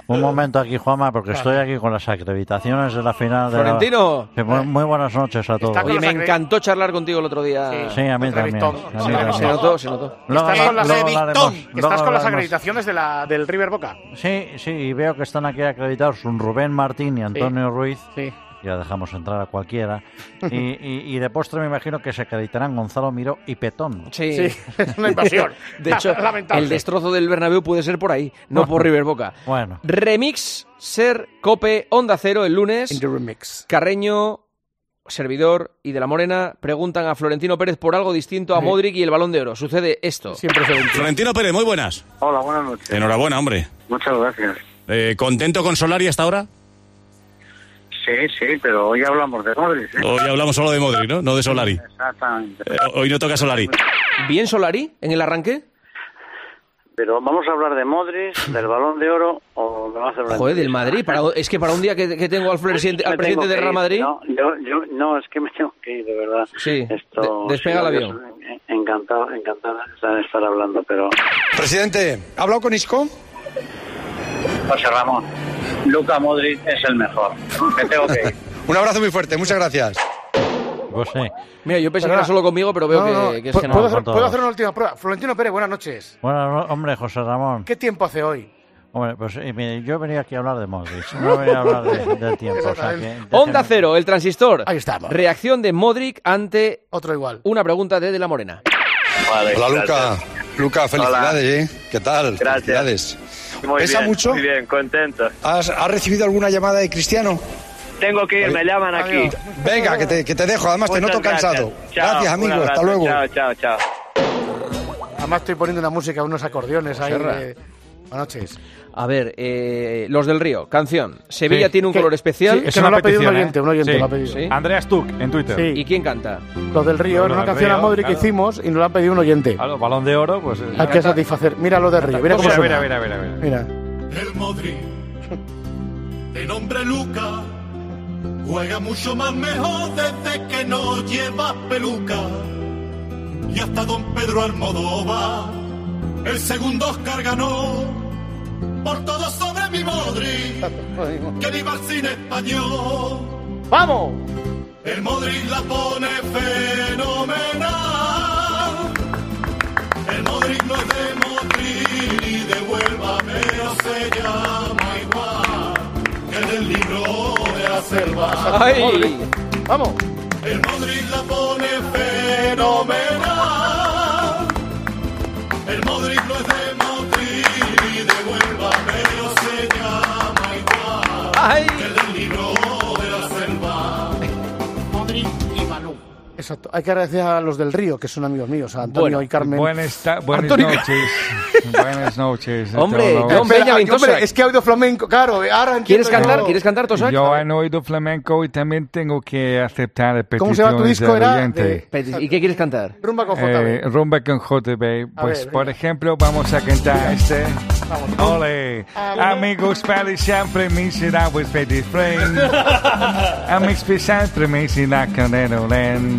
S17: Un momento aquí, Juanma, porque estoy aquí con las acreditaciones de la final de la-
S15: Florentino.
S17: Que bu- Muy buenas noches a todos.
S15: Oye, me encantó charlar contigo el otro día.
S17: Sí, a mí también. a mí también.
S15: Se notó, se notó.
S17: Luego
S3: Estás
S17: habla-
S3: con las,
S17: luego hablaremos, luego
S3: Estás con las
S17: hablaremos.
S3: acreditaciones de la, del River Boca.
S17: Sí, sí, y veo que están aquí acreditados un Rubén Martín y Antonio Ruiz.
S3: Sí.
S17: Ya dejamos entrar a cualquiera. Y, y- y de postre me imagino que se acreditarán Gonzalo Miró y Petón.
S15: Sí.
S17: [LAUGHS]
S15: [LAUGHS] De [LAUGHS] hecho, el destrozo del Bernabéu puede ser por ahí, no
S17: [LAUGHS]
S15: por River Boca.
S17: Bueno.
S15: Remix, Ser, Cope, Onda Cero el lunes. Carreño, Servidor y de la Morena preguntan a Florentino Pérez por algo distinto a
S18: Sí.
S15: Modric y el Balón de Oro. Sucede esto. Siempre
S18: Florentino Pérez, muy buenas.
S19: Hola, buenas noches.
S18: Enhorabuena, hombre.
S19: Muchas gracias.
S18: Eh, ¿Contento con Solari hasta ahora?
S19: Sí, sí, pero hoy hablamos de Madrid. ¿eh?
S18: Hoy hablamos solo de Modri, ¿no? No de Solari.
S19: Exactamente.
S18: Eh, hoy no toca Solari.
S15: ¿Bien Solari en el arranque?
S19: Pero vamos a hablar de Modric, del Balón de Oro o me va a hacer una-
S15: Joder, del Madrid. para- es que para un día que, que tengo al presidente, al
S19: Me tengo
S15: presidente de
S19: que
S15: Real
S19: ir,
S15: Madrid.
S19: No, yo, yo- no, es que me tengo que ir, de verdad.
S15: Sí,
S19: Esto,
S15: de- despega
S19: sí,
S15: el
S19: yo
S15: avión.
S19: soy en- Encantado, encantado de estar- estar hablando, pero...
S20: Presidente, ¿ha hablado con Isco?
S19: José Ramón, Luca Modric es el mejor. Me tengo que ir.
S20: Un abrazo muy fuerte, muchas gracias.
S17: pues
S15: Mira, yo pensé que
S20: Perdona.
S15: era solo conmigo, pero veo
S19: No,
S15: que,
S19: no,
S15: que es
S19: pu-
S15: que
S17: puedo
S15: no.
S17: hacer-
S3: Puedo hacer una última prueba. Florentino Pérez, buenas noches.
S17: Bueno, no- hombre, José Ramón.
S3: ¿Qué tiempo hace hoy?
S17: Hombre, pues eh, mire, yo venía aquí a hablar de Modric, no venía a hablar de,
S15: [LAUGHS]
S3: [LAUGHS]
S17: del tiempo. o sea que-
S15: Onda Cero, el transistor.
S3: Ahí estamos.
S15: Reacción de Modric ante
S3: otro igual.
S15: Una pregunta de De la Morena.
S20: Hola, Luca. Luca, felicidades, ¿eh? ¿Qué tal?
S15: Gracias.
S20: Felicidades.
S21: Muy
S20: ¿Pesa
S21: bien,
S20: mucho?
S21: Muy bien, contento.
S20: ¿Has, has recibido alguna llamada de Cristiano?
S21: Tengo que ir, me llaman aquí.
S20: Venga, que te, que te dejo, además te
S21: Muchas
S20: noto
S21: gracias.
S20: cansado.
S21: Chao,
S20: gracias,
S21: un
S20: amigo, hasta
S21: abrazo,
S20: luego.
S21: Chao, chao, chao.
S3: Además estoy poniendo una música, unos acordeones ahí.
S15: Serra.
S3: de- Buenas noches.
S15: A ver, eh, los del Río, canción. Sevilla tiene un
S3: Que-
S15: color especial.
S3: sí, que Eso me lo ha pedido un oyente, un oyente lo ha pedido.
S15: Andreas Tuck en
S3: Twitter. Sí.
S15: ¿Y quién canta?
S3: Los del Río,
S15: Los
S3: era una
S15: del
S3: canción a
S15: Río,
S3: Modric
S15: claro.
S3: que hicimos y nos la han pedido un oyente.
S9: Claro, balón de oro, pues. eh,
S3: Hay que satisfacer. Mira lo del Río, mira cómo
S9: Mira,
S3: suena.
S9: mira, mira, mira, mira.
S3: Mira.
S22: El Modri, de nombre Luca, juega mucho más mejor desde que no lleva peluca. Y hasta don Pedro Almodóvar, el segundo Oscar ganó por todo sobre mi Modri, que ni va al cine español.
S3: ¡Vamos!
S22: El Modri la pone fenomenal. El Modric no es de Modric ni de Huelva, pero se llama igual que el del libro de la selva.
S15: ¡Ay!
S3: ¡Vamos!
S22: El Modric la pone fenomenal. El Modric no es de Modric ni de Huelva, pero se llama igual
S15: ¡Ay!
S22: que el del libro de la selva.
S3: Modric y Malú.
S11: Exacto. Hay que agradecer a los del Río, que son amigos míos, a Antonio
S15: Bueno,
S11: y Carmen.
S4: Buenas, ta- buenas
S11: Antonio.
S4: noches. buenas noches. a
S15: Hombre,
S9: Este,
S4: todos.
S15: John Benjamin
S11: Hombre,
S15: Tosak.
S11: es que ha oído flamenco, claro. Ahora entiendo
S15: ¿Quieres
S11: yo.
S15: cantar? ¿Quieres cantar, Tosak?
S4: Yo he oído flamenco y también tengo que aceptar peticiones
S15: ¿Cómo se llama tu disco?
S4: del
S15: Era
S4: oyente.
S15: Peti- ¿Y qué quieres cantar?
S11: Rumba con
S4: Eh, rumba con JB. Pues, por ejemplo, vamos a cantar este. Ole.
S15: Ah,
S4: Amigos para siempre, mis serabos petit friend. Amigos para siempre, mis sinacanero len.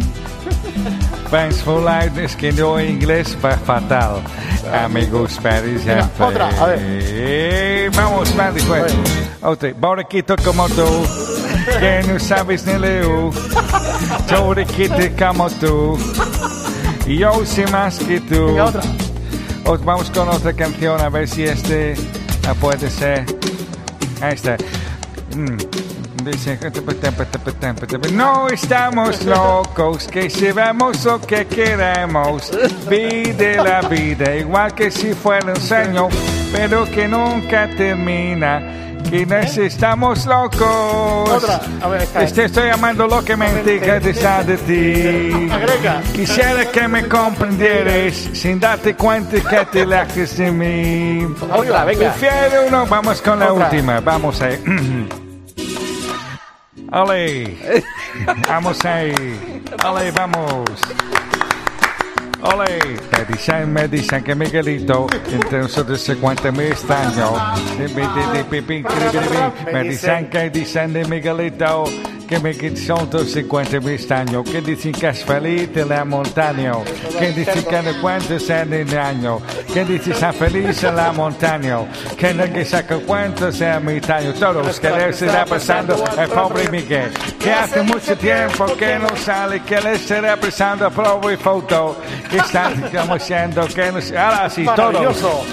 S4: Fans for life, es que yo inglés va fatal. Amigos para siempre.
S11: otra, a
S4: Vamos, más después. Otra. Borrequito como tú. Que no sabes ni
S11: [LAUGHS]
S4: leo. Borrequito como tú. [LAUGHS] Yo sé más que tú. Os vamos con otra canción a ver si este eh, puede ser. Ahí está. Mm. Dice, No estamos locos, que si vemos lo que queremos, vive la vida igual que si fuera un sueño, pero que nunca termina. Que necesitamos locos.
S11: ¿Eh? Otra. A ver, esta.
S4: Te estoy amando locamente, que está de ti.
S11: Agrega.
S4: Quisiera que me comprendieras sin darte cuenta que te alejes de mí.
S23: Ah,
S15: Otra, venga.
S4: Prefiero no, vamos con la
S15: Otra.
S4: última. Vamos ahí. Ale. Vamos ahí. Ale, vamos. Ole, me dicen, me dicen que Miguelito, entre nosotros se cuenta muy extraño. Me dicen que dicen de Miguelito, que Miguelito se cuenta muy extraño. Que dicen que es feliz de la montaña, que dicen que no cuentos en el año, que dicen que es feliz en la montaña, que no que saca cuentos en mi taño. Todos que le está pasando el pobre Miguel, que hace mucho tiempo que no sale, que le estará pasando pobre foto, que está como siendo que no Ahora sí, todos.
S11: Maravilloso.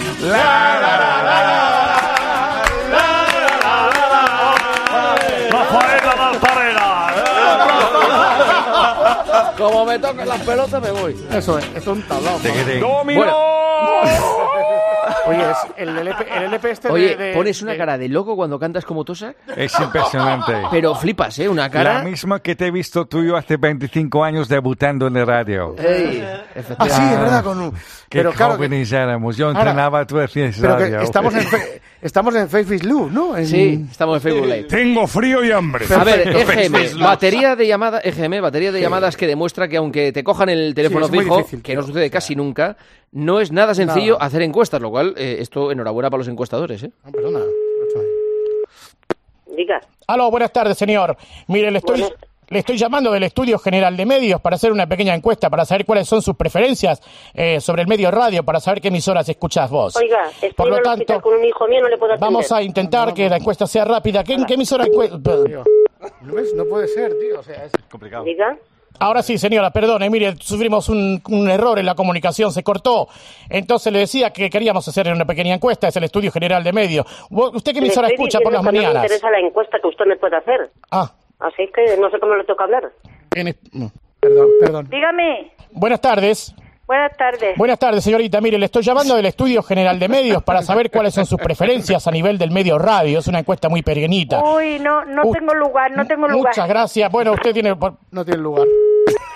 S16: Rafaela Martarela.
S15: Como me tocan las pelotas, me voy.
S11: Eso es, es un tablao.
S16: ¡Domino!
S3: [LAUGHS]
S11: Oye, es el, LP, el LP este de-
S15: Oye,
S11: de,
S15: pones una
S11: de-
S15: cara de loco cuando cantas como Tosak,
S4: Es impresionante.
S15: pero flipas, ¿eh? Una
S4: La
S15: cara...
S4: misma que te he visto tuyo hace 25 años debutando en la radio.
S15: Ey,
S11: Ah,
S15: efectivamente.
S11: sí, es verdad, con un...
S4: Qué
S11: Pero claro, que-
S4: jóvenes éramos. Yo
S11: Ahora-
S4: entrenaba, tú hacías
S11: pero
S4: radio.
S11: que estamos en, fe- estamos en Facebook Live, ¿no? En-
S15: Sí, estamos en Facebook Live.
S24: Tengo frío y hambre.
S15: A ver,
S11: Perfecto.
S15: EGM, batería de llamada, EGM, batería de llamadas que demuestra que aunque te cojan el teléfono
S11: es muy
S15: fijo,
S11: difícil,
S15: que no sucede casi nunca, no es nada sencillo hacer encuestas, lo cual, eh, esto enhorabuena para los encuestadores, ¿eh?
S11: Ah, perdona.
S25: Diga.
S3: Aló, buenas tardes, señor. Mire, le estoy, le estoy llamando del Estudio General de Medios para hacer una pequeña encuesta, para saber cuáles son sus preferencias eh, sobre el medio radio, para saber qué emisoras escuchás vos.
S25: Oiga, estoy
S3: Por
S25: en
S3: lo
S25: el
S3: tanto,
S25: hospital con un hijo mío, no le puedo atender.
S3: vamos a intentar que la encuesta sea rápida. ¿Qué, qué emisora encuesta?
S11: ¿No, ves? No puede ser, tío. O sea, es complicado.
S25: Diga.
S3: Ahora sí, señora, perdone, mire, sufrimos un, un error en la comunicación, se cortó. Entonces le decía que queríamos hacer una pequeña encuesta, es el Estudio General de Medios. ¿Vos- ¿Usted qué
S25: Le
S3: emisora
S25: estoy
S3: escucha por las
S25: diciendo que No me
S3: mañanas?
S25: interesa la encuesta que usted me puede hacer.
S3: Ah,
S25: Así que no sé cómo le toca hablar.
S11: Perdón, perdón.
S25: Dígame.
S3: buenas tardes.
S25: Buenas tardes.
S3: Buenas tardes, señorita. Mire, le estoy llamando del Estudio General de Medios para saber cuáles son sus preferencias a nivel del medio radio. Es una encuesta muy pequeñita.
S25: Uy, no, no
S3: Uh,
S25: tengo lugar, no tengo lugar.
S3: Muchas gracias. Bueno, usted tiene...
S11: No tiene lugar.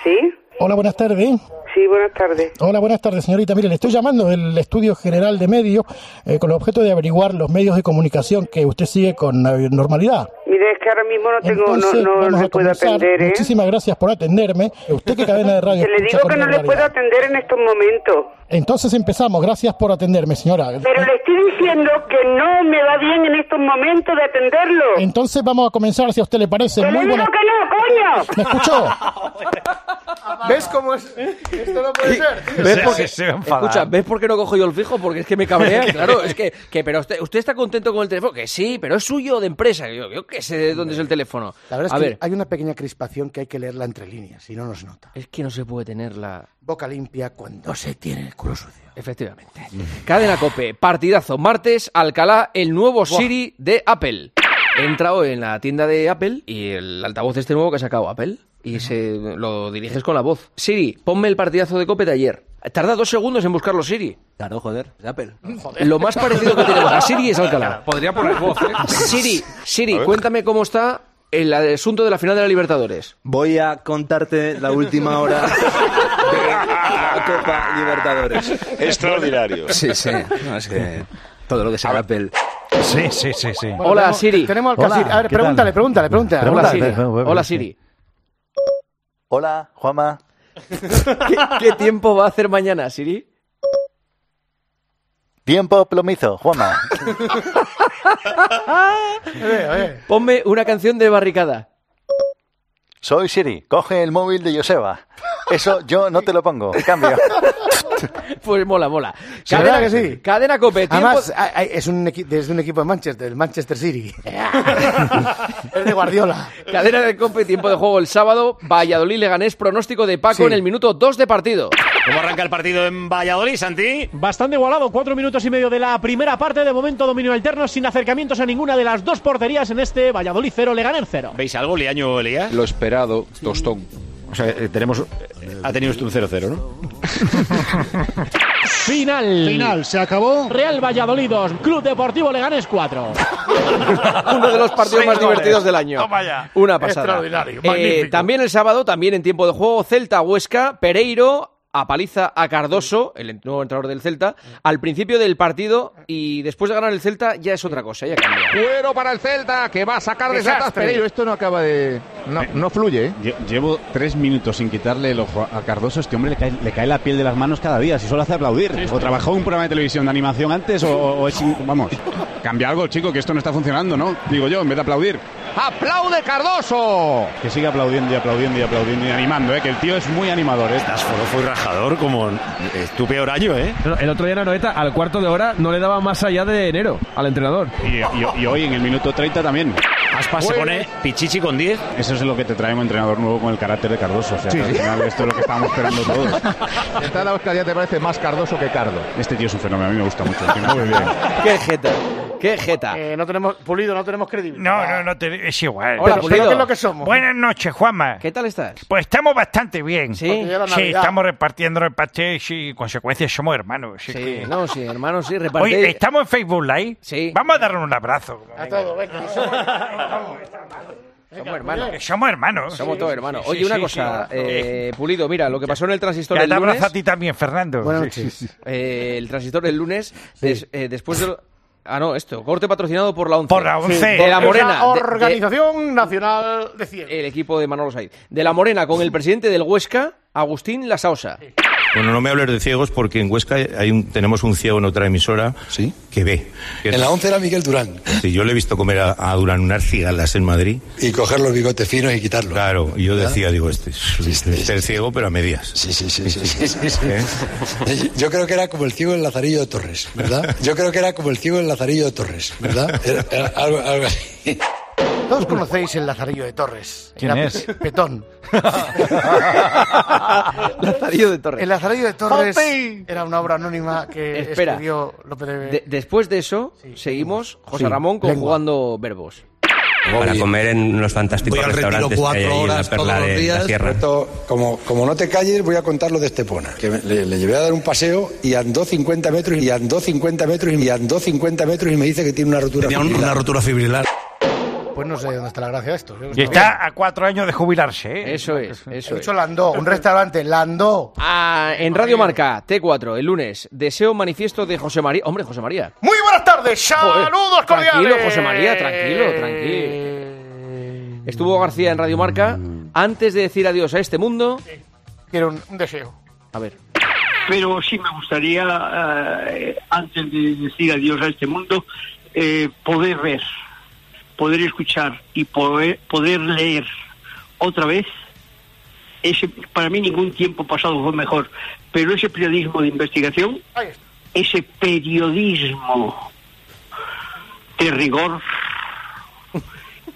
S3: ¿Sí? Hola, buenas tardes.
S25: Sí, buenas tardes.
S3: Hola, buenas tardes, señorita. Mire, le estoy llamando del Estudio General de Medios eh, con el objeto de averiguar los medios de comunicación que usted sigue con eh, normalidad.
S25: Mire, es que ahora mismo no tengo,
S3: Entonces,
S25: no, no
S3: vamos
S25: le
S3: a
S25: puedo
S3: comenzar.
S25: atender, ¿eh?
S3: Muchísimas gracias por atenderme. ¿Usted qué cadena de radio
S25: Que [LAUGHS] le
S3: escucha
S25: digo
S3: con
S25: que no le
S3: regularidad?
S25: puedo atender en estos momentos.
S3: Entonces empezamos. Gracias por atenderme, señora.
S25: Pero le estoy diciendo que no me va bien en estos momentos de atenderlo.
S3: Entonces vamos a comenzar, si a usted le parece.
S25: ¡Que le
S3: Muy
S25: digo
S3: buenas...
S25: que no, coño!
S3: ¿Me escuchó?
S11: ¿Ves cómo es? Esto no puede ser. tío.
S15: ¿Ves
S11: O sea,
S15: por qué-
S11: es-
S15: escucha, ¿ves por qué no cojo yo el fijo? Porque es que me
S11: [LAUGHS]
S15: cabrea, claro. Es que, que pero usted, usted está contento con el teléfono, que sí, pero es suyo de empresa. Yo, yo qué sé de dónde es el teléfono.
S11: La verdad es
S15: a
S11: que
S15: ver,
S11: hay una pequeña crispación que hay que leerla entre líneas, si no nos nota.
S15: es que no se puede tener la...
S11: Boca limpia cuando se tiene el culo sucio.
S15: Efectivamente. Cadena Cope, partidazo. Martes, Alcalá, el nuevo Siri de Apple. He entrado en la tienda de Apple y el altavoz este nuevo que ha sacado Apple. Y se lo diriges con la voz. Siri, ponme el partidazo de Cope de ayer. Tarda dos segundos en buscarlo, Siri. Claro, joder, es Apple. [CLEARS THROAT] Lo más parecido que tenemos a Siri es Alcalá.
S16: Podría poner voz, ¿eh?
S15: Siri, Siri, cuéntame cómo está el asunto de la final de la Libertadores.
S7: Voy a contarte la última hora de la Copa Libertadores.
S8: Extraordinario.
S7: Sí, sí. No, es que todo lo que sea papel.
S17: Sí, sí, sí, sí.
S3: Bueno, tenemos- Tenemos al
S17: Hola,
S3: Casir. A
S17: ¿qué tal?
S3: ver, pregúntale, pregúntale, pregúntale.
S17: Hola,
S3: Pregúntale.
S17: Siri.
S15: Hola Siri.
S7: Hola, Juanma.
S15: ¿Qué, qué tiempo va a hacer mañana, Siri?
S17: Tiempo plomizo, Juanma.
S15: Ponme una canción de barricada.
S17: Soy Siri. Coge el móvil de Joseba. Eso yo no te lo pongo. Cambio.
S15: [LAUGHS] Pues mola, mola.
S3: Sí, ¿verdad que sí?
S15: cadena cope, tiempo-
S3: Además, hay- hay- es un equi- desde un equipo de Manchester, el Manchester City. [LAUGHS] es de Guardiola.
S15: Cadena de cope, tiempo de juego el sábado. Valladolid Leganés, pronóstico de Paco
S11: Sí.
S15: en el minuto 2 de partido.
S11: ¿Cómo arranca el partido en Valladolid, Santi? Bastante igualado, cuatro minutos y medio de la primera parte. De momento, dominio alterno sin acercamientos a ninguna de las dos porterías en este Valladolid 0, Leganés 0. ¿Veis algo, Liaño Elías?
S8: Lo esperado, tostón.
S11: O sea, eh, tenemos. Ha tenido usted un 0-0, ¿no? Final.
S7: Final,
S11: se acabó. Real Valladolid 2, Club Deportivo Leganés 4.
S15: [LAUGHS] Uno de los partidos
S11: Seis
S15: más
S11: goles.
S15: divertidos del año.
S11: Toma ya.
S15: Una pasada.
S11: Extraordinario,
S15: Eh,
S11: magnífico.
S15: también el sábado, también en tiempo de juego, Celta Huesca, Pereiro apaliza a Cardoso, el en- nuevo entrenador del Celta, al principio del partido y después de ganar el Celta ya es otra cosa, ya cambia.
S26: Cuero para el Celta, que va a sacar de
S15: Desastre.
S26: Satas Pereiro. Esto no acaba de... No, no fluye, ¿eh?
S27: Llevo tres minutos sin quitarle el ojo a Cardoso. Este hombre le cae, le cae la piel de las manos cada día. Si solo hace aplaudir. O trabajó en un programa de televisión de animación antes o, o es... un- Vamos, cambia algo, chico, que esto no está funcionando, ¿no? Digo yo, en vez de aplaudir.
S26: ¡Aplaude Cardoso!
S27: Que siga aplaudiendo y aplaudiendo y aplaudiendo y animando, ¿eh? Que el tío es muy animador, ¿eh?
S8: Fue rajador como es tu peor año, ¿eh?
S28: El otro día Noeta al cuarto de hora no le daba más allá de enero al entrenador.
S27: Y, y- y hoy en el minuto 30 también.
S8: Aspas se pone
S27: Pichichi con 10. Eso es lo que te trae un entrenador nuevo con el carácter de Cardoso. O sea,
S26: Sí,
S27: que al
S26: sí.
S27: final esto es lo que estábamos
S26: [LAUGHS]
S27: esperando todos.
S26: ¿Qué tal, Óscar? Ya te parece más Cardoso que Cardo.
S27: Este tío es un fenómeno, a mí me gusta mucho. que
S26: [LAUGHS]
S27: Muy bien.
S15: [LAUGHS] ¡Qué jeta! ¡Qué jeta!
S3: Eh, no tenemos, Pulido, no tenemos credibilidad.
S23: No, no, no, te- es igual.
S3: Hola, Pero- Pulido. pero ¿qué es lo que somos?
S23: Buenas noches, Juanma.
S15: ¿Qué tal estás?
S23: Pues estamos bastante bien.
S15: Porque ya era
S23: Sí,
S15: Navidad.
S23: estamos repartiendo el pastel y en consecuencia somos hermanos. así
S15: Sí,
S23: que-
S15: no, sí, hermano, sí, reparte.
S23: Oye, eh, estamos en Facebook Live. Vamos a darnos un abrazo.
S3: A todo, venga.
S23: [LAUGHS]
S15: Somos hermanos.
S23: Que Somos hermanos.
S15: Somos
S23: Sí,
S15: todos
S23: sí,
S15: hermanos.
S23: sí,
S15: Oye,
S23: sí,
S15: una
S23: sí,
S15: cosa,
S23: sí.
S15: eh, Pulido, mira, lo que pasó en el transistor
S23: Ya
S15: el
S23: te abrazo
S15: lunes...
S23: a ti también, Fernando.
S15: Buenas
S23: Sí,
S15: noches.
S23: sí, sí.
S15: Eh, el transistor del lunes, des- eh, después del... Ah, no, esto. Corte patrocinado por la ONCE. Por la
S23: 11.
S15: De la Morena.
S3: Es la
S15: de- de-
S3: Organización Nacional de Cien.
S15: el equipo de Manolo Saiz. De la Morena con el presidente del Huesca, Agustín Lasaosa.
S29: Bueno, no me hables de ciegos porque en Huesca hay un- tenemos un ciego en otra emisora que ve.
S20: En la 11 era Miguel Durán.
S29: Sí, yo le he visto comer a, a Durán unas cigalas en Madrid.
S20: Y coger los bigotes finos y quitarlos.
S29: Claro, y yo
S20: ¿Verdad?
S29: decía, digo, este, es- este es ciego, pero a medias. ¿Eh?
S20: Sí, sí, sí. sí,
S29: [LAUGHS]
S20: sí, sí, sí. Yo creo que era como el ciego del Lazarillo de Torres, ¿verdad? Yo creo que era como el ciego del Lazarillo de Torres, ¿verdad? Era- era algo- algo así.
S3: Todos conocéis el Lazarillo de Torres.
S20: ¿Quién
S3: Era
S20: es?
S3: Pe- Petón.
S15: [LAUGHS] Lazarillo de Torres.
S3: El Lazarillo de Torres
S15: ¡Pompi!
S3: era una obra anónima que
S15: Espera.
S3: escribió López de...
S15: De- después de eso, seguimos José
S30: Sí,
S15: Ramón
S30: lengua.
S15: conjugando verbos.
S30: Para comer en los fantásticos
S20: Voy al retiro
S30: restaurantes que hay ahí
S20: cuatro
S30: en la
S20: horas todos
S30: perla
S20: los
S30: de la
S20: días.
S30: sierra.
S20: Esto, como, como no te calles, voy a contar lo de Estepona. Que me- le, le llevé a dar un paseo y andó 50 metros y andó 50 metros y andó 50 metros y me dice que tiene una rotura
S29: Tenía un- una rotura fibrilar.
S3: Pues no sé dónde está la gracia de esto.
S23: Y está a cuatro años de jubilarse. ¿eh?
S15: Eso es, eso
S3: He
S15: es.
S3: dicho Landó, un restaurante, Landó.
S15: Ah, en Radio Marca, T4, el lunes, deseo manifiesto de José María. Hombre, José María.
S3: Muy buenas tardes, saludos cordiales.
S15: Tranquilo, José María, tranquilo, tranquilo. Estuvo García en Radio Marca. Antes de decir adiós a este mundo.
S3: Quiero un, un deseo.
S15: A ver.
S31: pero sí me gustaría, eh, antes de decir adiós a este mundo, eh, poder ver, poder escuchar y poder, poder leer otra vez. Ese, para mí ningún tiempo pasado fue mejor, pero ese periodismo de investigación, ese periodismo de rigor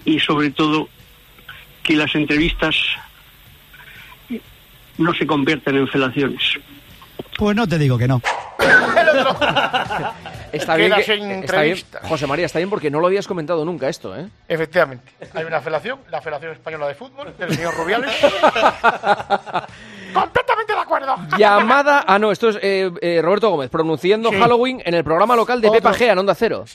S31: y sobre todo que las entrevistas no se conviertan en felaciones.
S10: Pues no te digo que no.
S15: [LAUGHS] Está bien,
S3: Queda
S15: que-
S3: sin
S15: está bien.
S3: entrevista.
S15: José María, está bien porque no lo habías comentado nunca esto, ¿eh?
S3: Efectivamente, hay una
S32: [LAUGHS]
S3: federación, la Federación Española de Fútbol, del señor Rubiales. Completamente de acuerdo. acuerdo.
S15: Llamada. Ah, no, esto es eh, eh, Roberto Gómez pronunciando
S3: Sí.
S15: Halloween en el programa local de
S3: Otro.
S15: Pepa G en Onda Cero.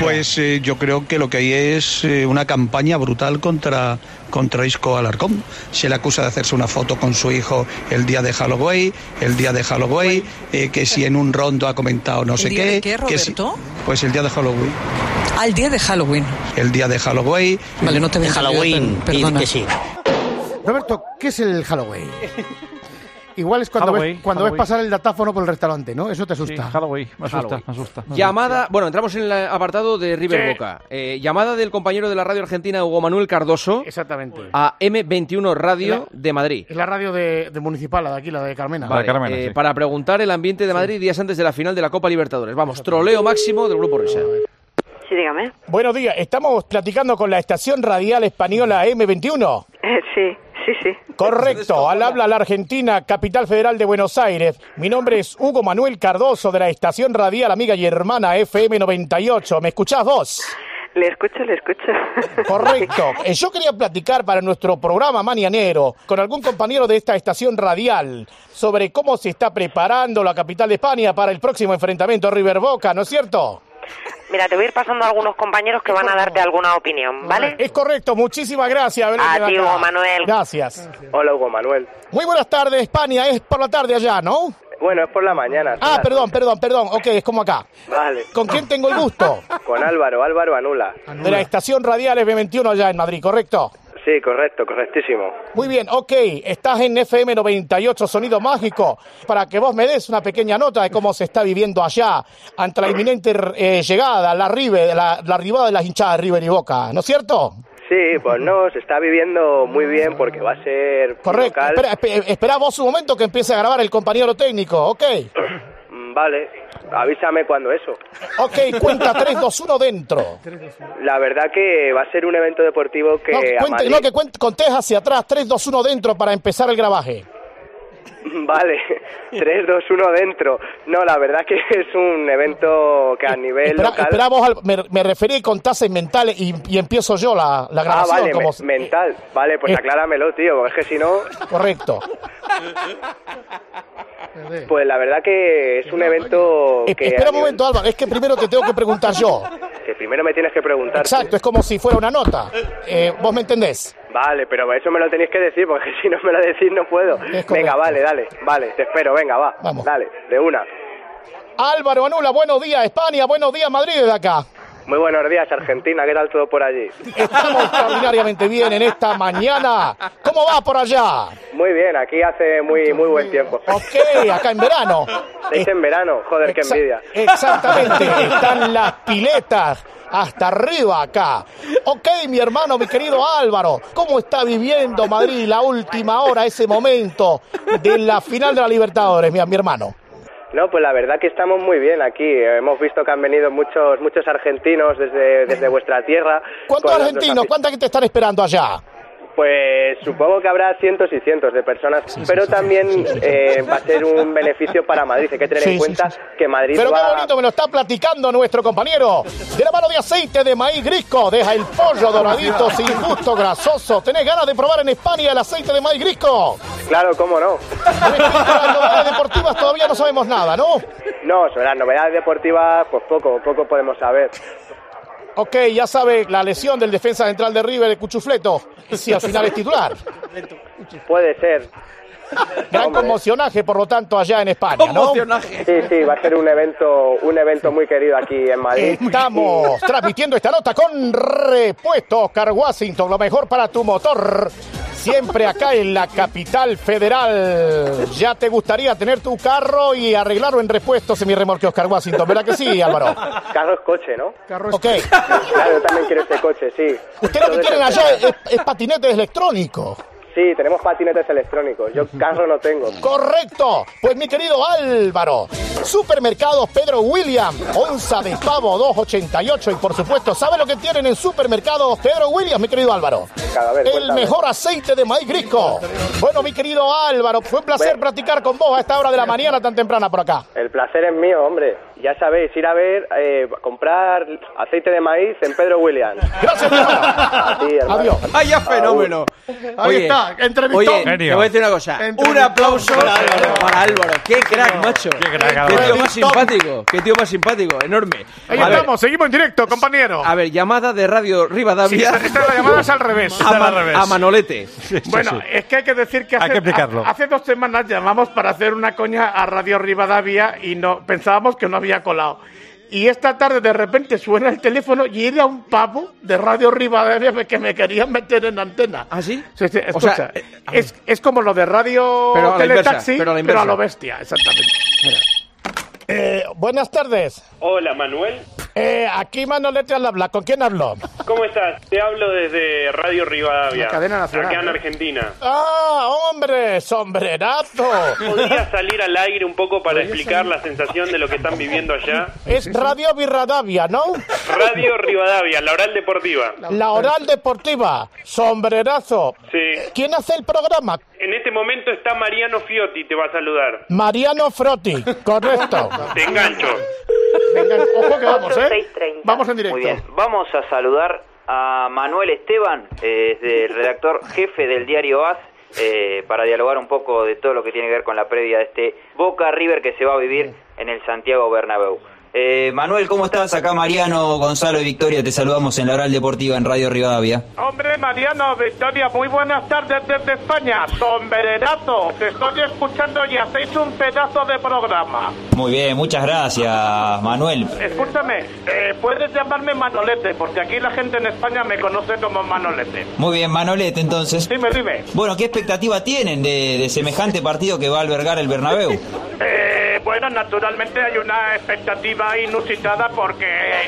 S20: Pues eh, yo creo que lo que hay es eh, una campaña brutal contra, contra Isco Alarcón. Se le acusa de hacerse una foto con su hijo el día de Halloween, el día de Halloween, eh, que si en un rondo ha comentado no
S9: ¿El
S20: sé
S9: día
S20: qué.
S9: de qué,
S20: que si-
S9: Roberto?
S20: pues el día de Halloween.
S9: Al día de Halloween.
S20: El día de Halloween.
S9: Vale, no te dejes, Halloween, per- perdona. y que sí.
S32: Roberto, ¿qué es el Halloween? Igual es cuando,
S15: Halloween,
S32: ves, cuando ves
S15: Halloween.
S32: pasar el datáfono por el restaurante, ¿no? Eso te asusta.
S33: Halloween, me asusta,
S15: Halloween.
S33: me asusta.
S15: Llamada, bueno, entramos en el apartado de River
S33: Sí.
S15: Boca. Eh, llamada del compañero de la radio argentina Hugo Manuel Cardoso
S32: Exactamente.
S15: a M21 Radio de Madrid.
S32: Es la radio de, de municipal, la de aquí, la de Carmena.
S15: Vale, eh, Para preguntar el ambiente de Madrid días antes de la final de la Copa Libertadores. Vamos, troleo máximo del Grupo Risa.
S25: Sí, dígame.
S3: Buenos días, estamos platicando con la estación radial española M21.
S25: Eh, Sí, sí, sí.
S3: Correcto, al habla la Argentina, capital federal de Buenos Aires. Mi nombre es Hugo Manuel Cardoso de la estación radial amiga y hermana FM98. ¿Me escuchás vos?
S25: [LAUGHS] Le escucho, le escucho.
S3: Correcto. Eh, Yo quería platicar para nuestro programa mañanero con algún compañero de esta estación radial sobre cómo se está preparando la capital de España para el próximo enfrentamiento River Boca, ¿no es cierto?
S25: Mira, te voy a ir pasando a algunos compañeros que van a darte alguna opinión, ¿vale?
S3: Es correcto, muchísimas gracias. Belén,
S25: A
S3: de
S25: ti,
S3: acá.
S25: Hugo Manuel.
S3: Gracias.
S2: Hola, Hugo Manuel.
S3: Muy buenas tardes, España. Es por la tarde allá, ¿no?
S2: Bueno, es por la mañana.
S3: Ah, perdón, perdón, perdón. Ok, es como acá.
S2: Vale.
S3: ¿Con quién tengo el gusto?
S2: Con Álvaro, Álvaro Anula.
S3: De la estación radial B21 allá en Madrid, ¿correcto?
S2: Sí, correcto, correctísimo.
S3: Muy bien, ok, estás en FM 98 Sonido Mágico para que vos me des una pequeña nota de cómo se está viviendo allá ante la inminente eh, llegada, la, River, la, la arribada de las hinchadas de River y Boca, ¿no es cierto?
S2: Sí, pues no, se está viviendo muy bien porque va a ser
S3: Correcto.
S2: local.
S3: Espera, espe- espera vos un momento que empiece a grabar el compañero técnico, ok.
S2: Mm, Vale, avísame cuando eso.
S3: Ok, cuenta 3, 2, 1 dentro.
S2: La verdad que va a ser un evento deportivo que
S3: No,
S2: a
S3: cuente,
S2: Madrid-
S3: no, que cuente- contés hacia atrás, 3, 2, 1 dentro para empezar el grabaje.
S2: [LAUGHS] Vale, 3, 2, 1 dentro. No, la verdad que es un evento que a nivel
S3: Eh, Espera,
S2: local...
S3: espera vos al- me, me referí con tasas mentales y, y empiezo yo la, la
S2: ah,
S3: grabación.
S2: vale,
S3: como-
S2: me- mental. Vale, pues
S3: eh.
S2: acláramelo, tío, porque es que si no... [LAUGHS]
S3: Correcto.
S2: Pues la verdad que es un evento que...
S3: Eh, Espera un
S2: a nivel-
S3: momento, Álvaro, es que primero te tengo que preguntar
S2: [LAUGHS]
S3: yo.
S2: Que primero me tienes que preguntar. tú.
S3: Exacto, es como si fuera una nota. Eh, ¿Vos me entendés?
S2: Vale, pero eso me lo tenéis que decir, porque [LAUGHS] si no me lo decís no puedo. Venga, vale, dale, vale, te espero, venga, va. Dale, de una.
S3: Álvaro Anula, buenos días España, buenos días Madrid de acá.
S2: Muy buenos días, Argentina, ¿qué tal todo por allí?
S3: Estamos extraordinariamente bien en esta mañana. ¿Cómo va por allá?
S2: Muy bien, aquí hace muy muy buen tiempo.
S3: Ok, acá en verano.
S2: Estáis en verano, joder, qué
S3: Exa-
S2: envidia. [LAUGHS]
S3: Exactamente, están las piletas hasta arriba acá. Ok, mi hermano, mi querido Álvaro, ¿cómo está viviendo Madrid la última hora, ese momento de la final de la Libertadores, mi, mi hermano?
S2: No, pues la verdad que estamos muy bien aquí. Hemos visto que han venido muchos muchos argentinos desde, desde vuestra tierra.
S3: ¿Cuántos
S2: con los
S3: argentinos,
S2: afi-
S3: cuántas que te están esperando allá?
S2: Pues supongo que habrá cientos y cientos de personas, pero también eh, va a ser un beneficio para Madrid. Hay que tener
S3: Sí,
S2: en
S3: sí,
S2: cuenta que Madrid
S3: Pero
S2: va...
S3: qué bonito me lo está platicando nuestro compañero. De la mano de aceite de maíz grisco, deja el pollo doradito, sin gusto, grasoso. ¿Tenés ganas de probar en España el aceite de maíz grisco?
S2: Claro, cómo no.
S3: Respecto a las novedades deportivas todavía no sabemos nada, ¿no?
S2: No, sobre las novedades deportivas, pues poco, poco podemos saber.
S3: Ok, ya sabe la lesión del defensa central de River, el Cuchufleto, si al final es titular.
S2: Puede ser.
S3: Gran conmocionaje, por lo tanto, allá en España, Ah, ¿no? Eh,
S2: Sí, sí, va a ser un evento, un evento muy querido aquí en Madrid.
S3: Estamos transmitiendo esta nota con repuesto Oscar Washington, lo mejor para tu motor. Siempre acá en la capital federal. Ya te gustaría tener tu carro y arreglarlo en repuestos en mi remolque Oscar Washington, ¿verdad que sí, Álvaro?
S2: [LAUGHS] Carro es coche, ¿no?
S3: Ok.
S2: Claro, yo también quiero este coche, sí.
S3: Usted lo que
S2: Todo
S3: tienen
S2: eso-
S3: allá es, es patinetes electrónicos.
S2: Sí, tenemos patinetes electrónicos. Yo carro no tengo.
S3: Correcto. Pues mi querido Álvaro, Supermercados Pedro William, onza de pavo 288 y por supuesto, ¿sabe lo que tienen en Supermercados Pedro William, mi querido Álvaro?
S2: Cadáver,
S3: El
S2: cuéntame.
S3: mejor aceite de maíz grisco. Bueno, mi querido Álvaro, fue un placer platicar con vos a esta hora de la mañana tan temprana por acá.
S2: El placer es mío, hombre. Ya sabéis, ir a ver, eh, comprar aceite de maíz en Pedro Williams.
S34: Adiós.
S15: ¡Vaya fenómeno!
S34: Ahí está, entrevistón.
S15: Oye, te voy a decir una cosa. Un aplauso para Álvaro. Para Álvaro. ¡Qué crack, macho! ¡Qué tío más simpático! ¡Qué tío más simpático! ¡Enorme!
S34: Ahí
S15: A ver,
S34: estamos, seguimos en directo, compañero.
S15: A ver, llamada de Radio Rivadavia.
S34: Sí, esta- esta es la llamada es al revés.
S15: A, Ma-
S34: Al revés.
S15: a Manolete.
S34: Bueno, es que hay que decir que hace,
S15: Hay que explicarlo.
S34: ha- hace dos semanas llamamos para hacer una coña a Radio Rivadavia y no pensábamos que no había colado. Y esta tarde de repente suena el teléfono y era un pavo de Radio Rivadavia que me querían meter en antena.
S15: ¿Ah, sí?
S34: escucha,
S15: O sea, eh,
S34: es, es como lo de Radio
S15: Pero a la
S34: Teletaxi,
S15: inversa, pero a la
S34: pero a
S15: inversa.
S34: lo bestia, exactamente. Eh, buenas tardes. Eh,
S4: Hola Manuel,
S34: aquí Manolete al habla. ¿Con quién habló?
S4: ¿cómo estás? Te hablo desde Radio Rivadavia,
S34: La cadena nacional,
S4: acá en
S34: ¿eh?
S4: Argentina.
S34: ¡Ah, hombre! [LAUGHS] ¡Sombrerazo!
S4: ¿Podrías salir al aire un poco para explicar la sensación de lo que están viviendo allá?
S12: Pues
S34: Es Radio Virradavia, ¿no?
S4: Radio Rivadavia, la oral deportiva.
S34: La oral deportiva. Sombrerazo.
S4: Sí.
S34: ¿Quién hace el programa?
S4: En este momento está Mariano Fiotti, te va a saludar.
S34: Mariano Frotti, correcto.
S4: Te engancho.
S34: Ojo que vamos, ¿eh?
S6: Vamos en directo. Muy bien. Vamos a saludar a Manuel Esteban, eh, de- el redactor [LAUGHS] jefe del diario AS, eh, para dialogar un poco de todo lo que tiene que ver con la previa de este Boca River que se va a vivir en el Santiago Bernabéu. Eh, Manuel, ¿cómo estás? Acá Mariano, Gonzalo y Victoria te saludamos en la Oral Deportiva en Radio Rivadavia.
S34: Hombre, Mariano, Victoria, muy buenas tardes desde España. Sombrerazo, te estoy escuchando y hacéis un pedazo de programa.
S6: Muy bien, muchas gracias, Manuel.
S34: Escúchame, eh, puedes llamarme Manolete, porque aquí la gente en España me conoce como Manolete.
S6: Muy bien, Manolete, entonces.
S34: Dime, dime.
S6: Bueno, ¿qué expectativa tienen de, de semejante partido que va a albergar el Bernabéu?
S34: Eh, bueno, naturalmente hay una expectativa inusitada porque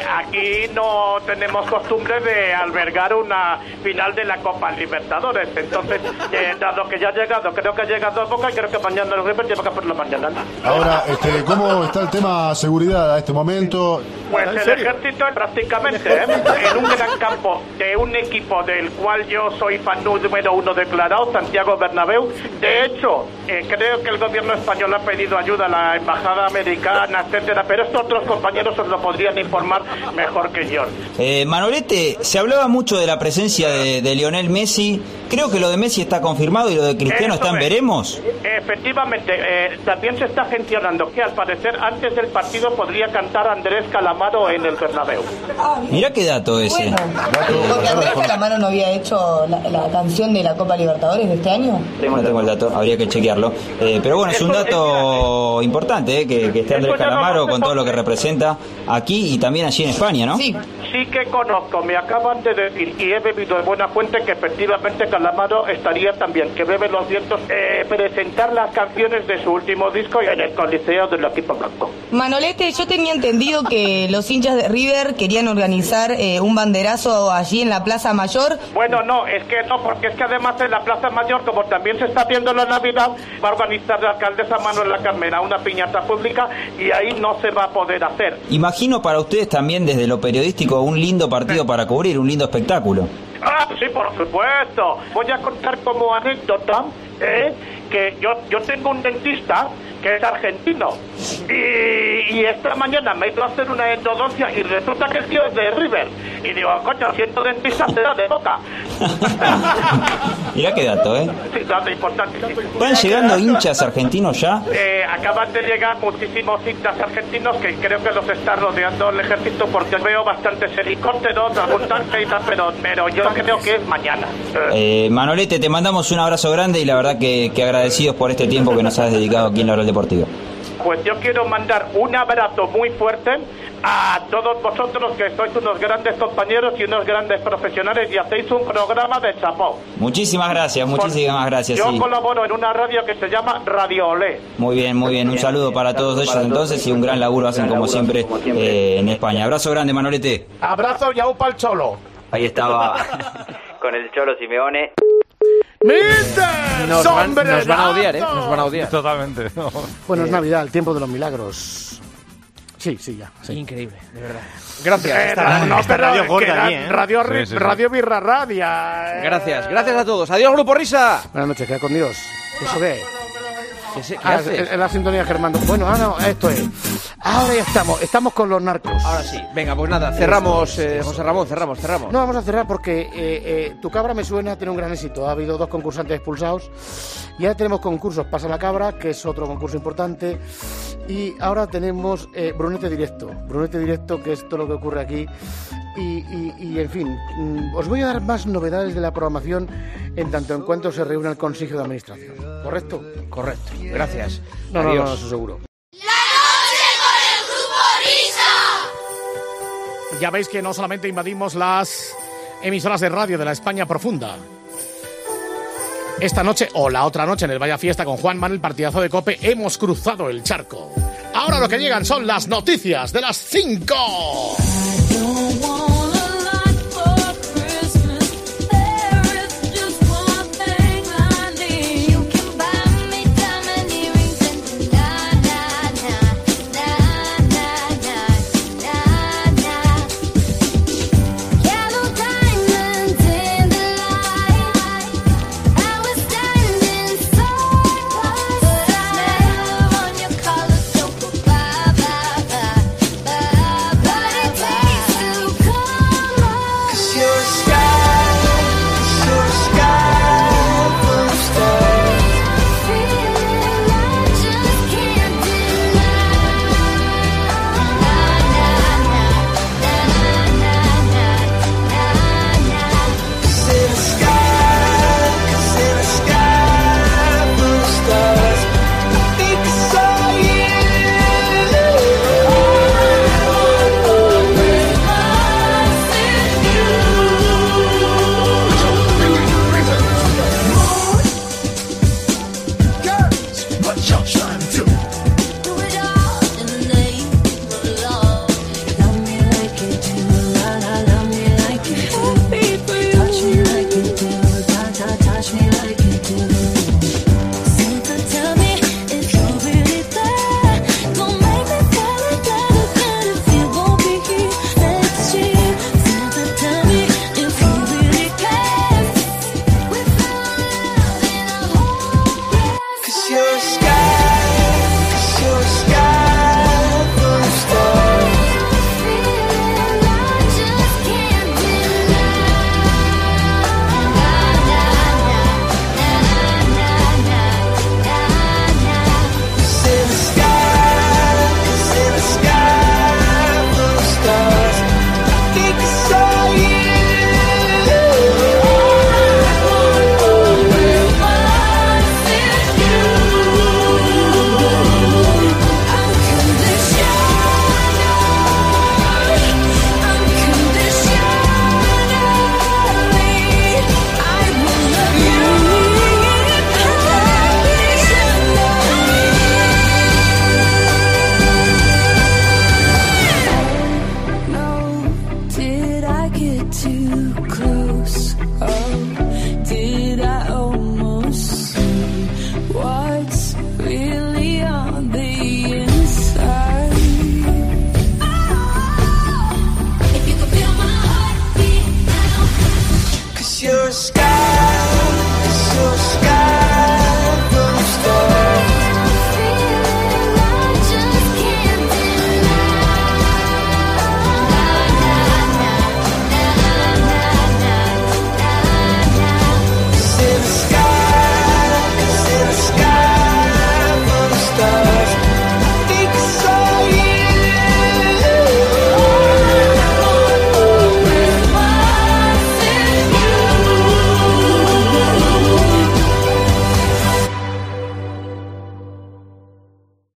S34: aquí no tenemos costumbre de albergar una final de la Copa Libertadores. Entonces, eh, dado que ya ha llegado, creo que ha llegado a Boca y creo que mañana el River llega por la mañana.
S6: Ahora, este, ¿cómo está el tema seguridad a este momento?
S34: Pues el ejército prácticamente, ¿eh? en un gran campo de un equipo del cual yo soy fan número uno declarado, Santiago Bernabéu. De hecho, eh, creo que el gobierno español ha pedido ayuda a la embajada americana, etcétera, pero estos otros compañeros os lo podrían informar mejor que yo.
S6: Eh, Manolete, se hablaba mucho de la presencia de, de Lionel Messi. Creo que lo de Messi está confirmado y lo de Cristiano
S34: Eso
S6: está en
S34: es.
S6: veremos.
S34: Efectivamente, eh, también se está gestionando que al parecer antes del partido podría cantar Andrés Calamaro en el Bernabéu.
S6: Mirá qué dato ese.
S9: Porque Andrés Calamaro no había hecho la, la canción de la Copa Libertadores de este año.
S6: No tengo el dato, habría que chequearlo. Eh, pero bueno, es un dato importante eh, que, que esté Andrés Calamaro con todo lo que representa aquí y también allí en España, ¿no?
S34: Sí que conozco, me acaban de decir y he bebido de buena fuente que efectivamente Calamaro estaría también, que bebe los vientos, eh, presentar las canciones de su último disco en el Coliseo del equipo blanco.
S9: Manolete, yo tenía entendido que los hinchas de River querían organizar eh, un banderazo allí en la Plaza Mayor.
S34: Bueno, no, es que no, porque es que además en la Plaza Mayor, como también se está viendo la Navidad, va a organizar la alcaldesa Manuela Carmena una piñata pública y ahí no se va a poder hacer.
S6: Imagino para ustedes también desde lo periodístico un lindo partido para cubrir, un lindo espectáculo.
S34: Ah, sí, por supuesto. Voy a contar como anécdota ¿eh? que yo, yo tengo un dentista que es argentino y, y esta mañana me hizo hacer una endodoncia y resulta que el tío es de River. Y digo, coño, siento dentista, será de boca.
S6: Mirá qué dato, ¿eh?
S34: Sí, dato importante. sí.
S6: ¿Van llegando hinchas argentinos ya?
S34: Eh, acaban de llegar muchísimos cintas argentinos que creo que los está rodeando el ejército porque veo bastantes helicópteros, algún tanque y tal, pero, pero yo creo que es mañana.
S6: Eh, Manolete, te mandamos un abrazo grande y la verdad que, que agradecidos por este tiempo que nos has dedicado aquí en la Oral Deportiva.
S34: Pues yo quiero mandar un abrazo muy fuerte a todos vosotros que sois unos grandes compañeros y unos grandes profesionales y hacéis un programa de chapó.
S6: Muchísimas gracias, Pues muchísimas gracias.
S34: Yo
S6: sí.
S34: colaboro en una radio que se llama Radio Olé.
S6: Muy bien, muy bien. Un saludo para todos ellos entonces y un gran laburo hacen como siempre eh, en España. Abrazo grande, Manolete.
S34: Abrazo y aupa al cholo.
S6: Ahí [LAUGHS] estaba. Con el Cholo Simeone.
S15: Nos van, nos van a odiar, ¿eh? Nos van a odiar.
S23: Totalmente.
S12: Bueno, es Navidad, el tiempo de los milagros. Sí, sí, ya.
S15: Increíble, de verdad.
S34: Gracias.
S15: Esta radio-
S34: Eh, no,
S15: esta
S34: pero
S15: radio
S34: es
S15: gorda
S34: que era
S15: allí, ¿eh?
S34: Radio,
S15: Sí,
S34: Ri-
S15: sí, sí.
S34: radio Birra Rabia. eh.
S15: Gracias, gracias a todos. Adiós, Grupo Risa.
S12: Buenas noches, queda con Dios. ¿Eso qué?
S15: ¿Qué, se- qué
S12: Ah,
S15: haces?
S34: eh.
S12: es- es la sintonía Germando. Bueno, ah, no, esto es.
S3: Ahora ya estamos, estamos con los narcos.
S15: Ahora sí, venga, pues nada, cerramos, eh, José Ramón, cerramos, cerramos.
S3: No, vamos a cerrar porque eh, eh, tu cabra me suena, tiene un gran éxito. Ha habido dos concursantes expulsados y ahora tenemos concursos. Pasa la cabra, que es otro concurso importante. Y ahora tenemos eh, Brunete Directo. Brunete Directo, que es todo lo que ocurre aquí. Y, y- y, en fin, mm, os voy a dar más novedades de la programación en tanto en cuanto se reúna el Consejo de Administración. ¿Correcto?
S15: Correcto. Gracias.
S3: No, no, no,
S15: Adiós.
S3: no, eso seguro. Ya veis que no solamente invadimos las emisoras de radio de la España profunda. Esta noche o la otra noche en el Vaya Fiesta con Juan Manuel partidazo de Cope hemos cruzado el charco. Ahora lo que llegan son las noticias de las 5.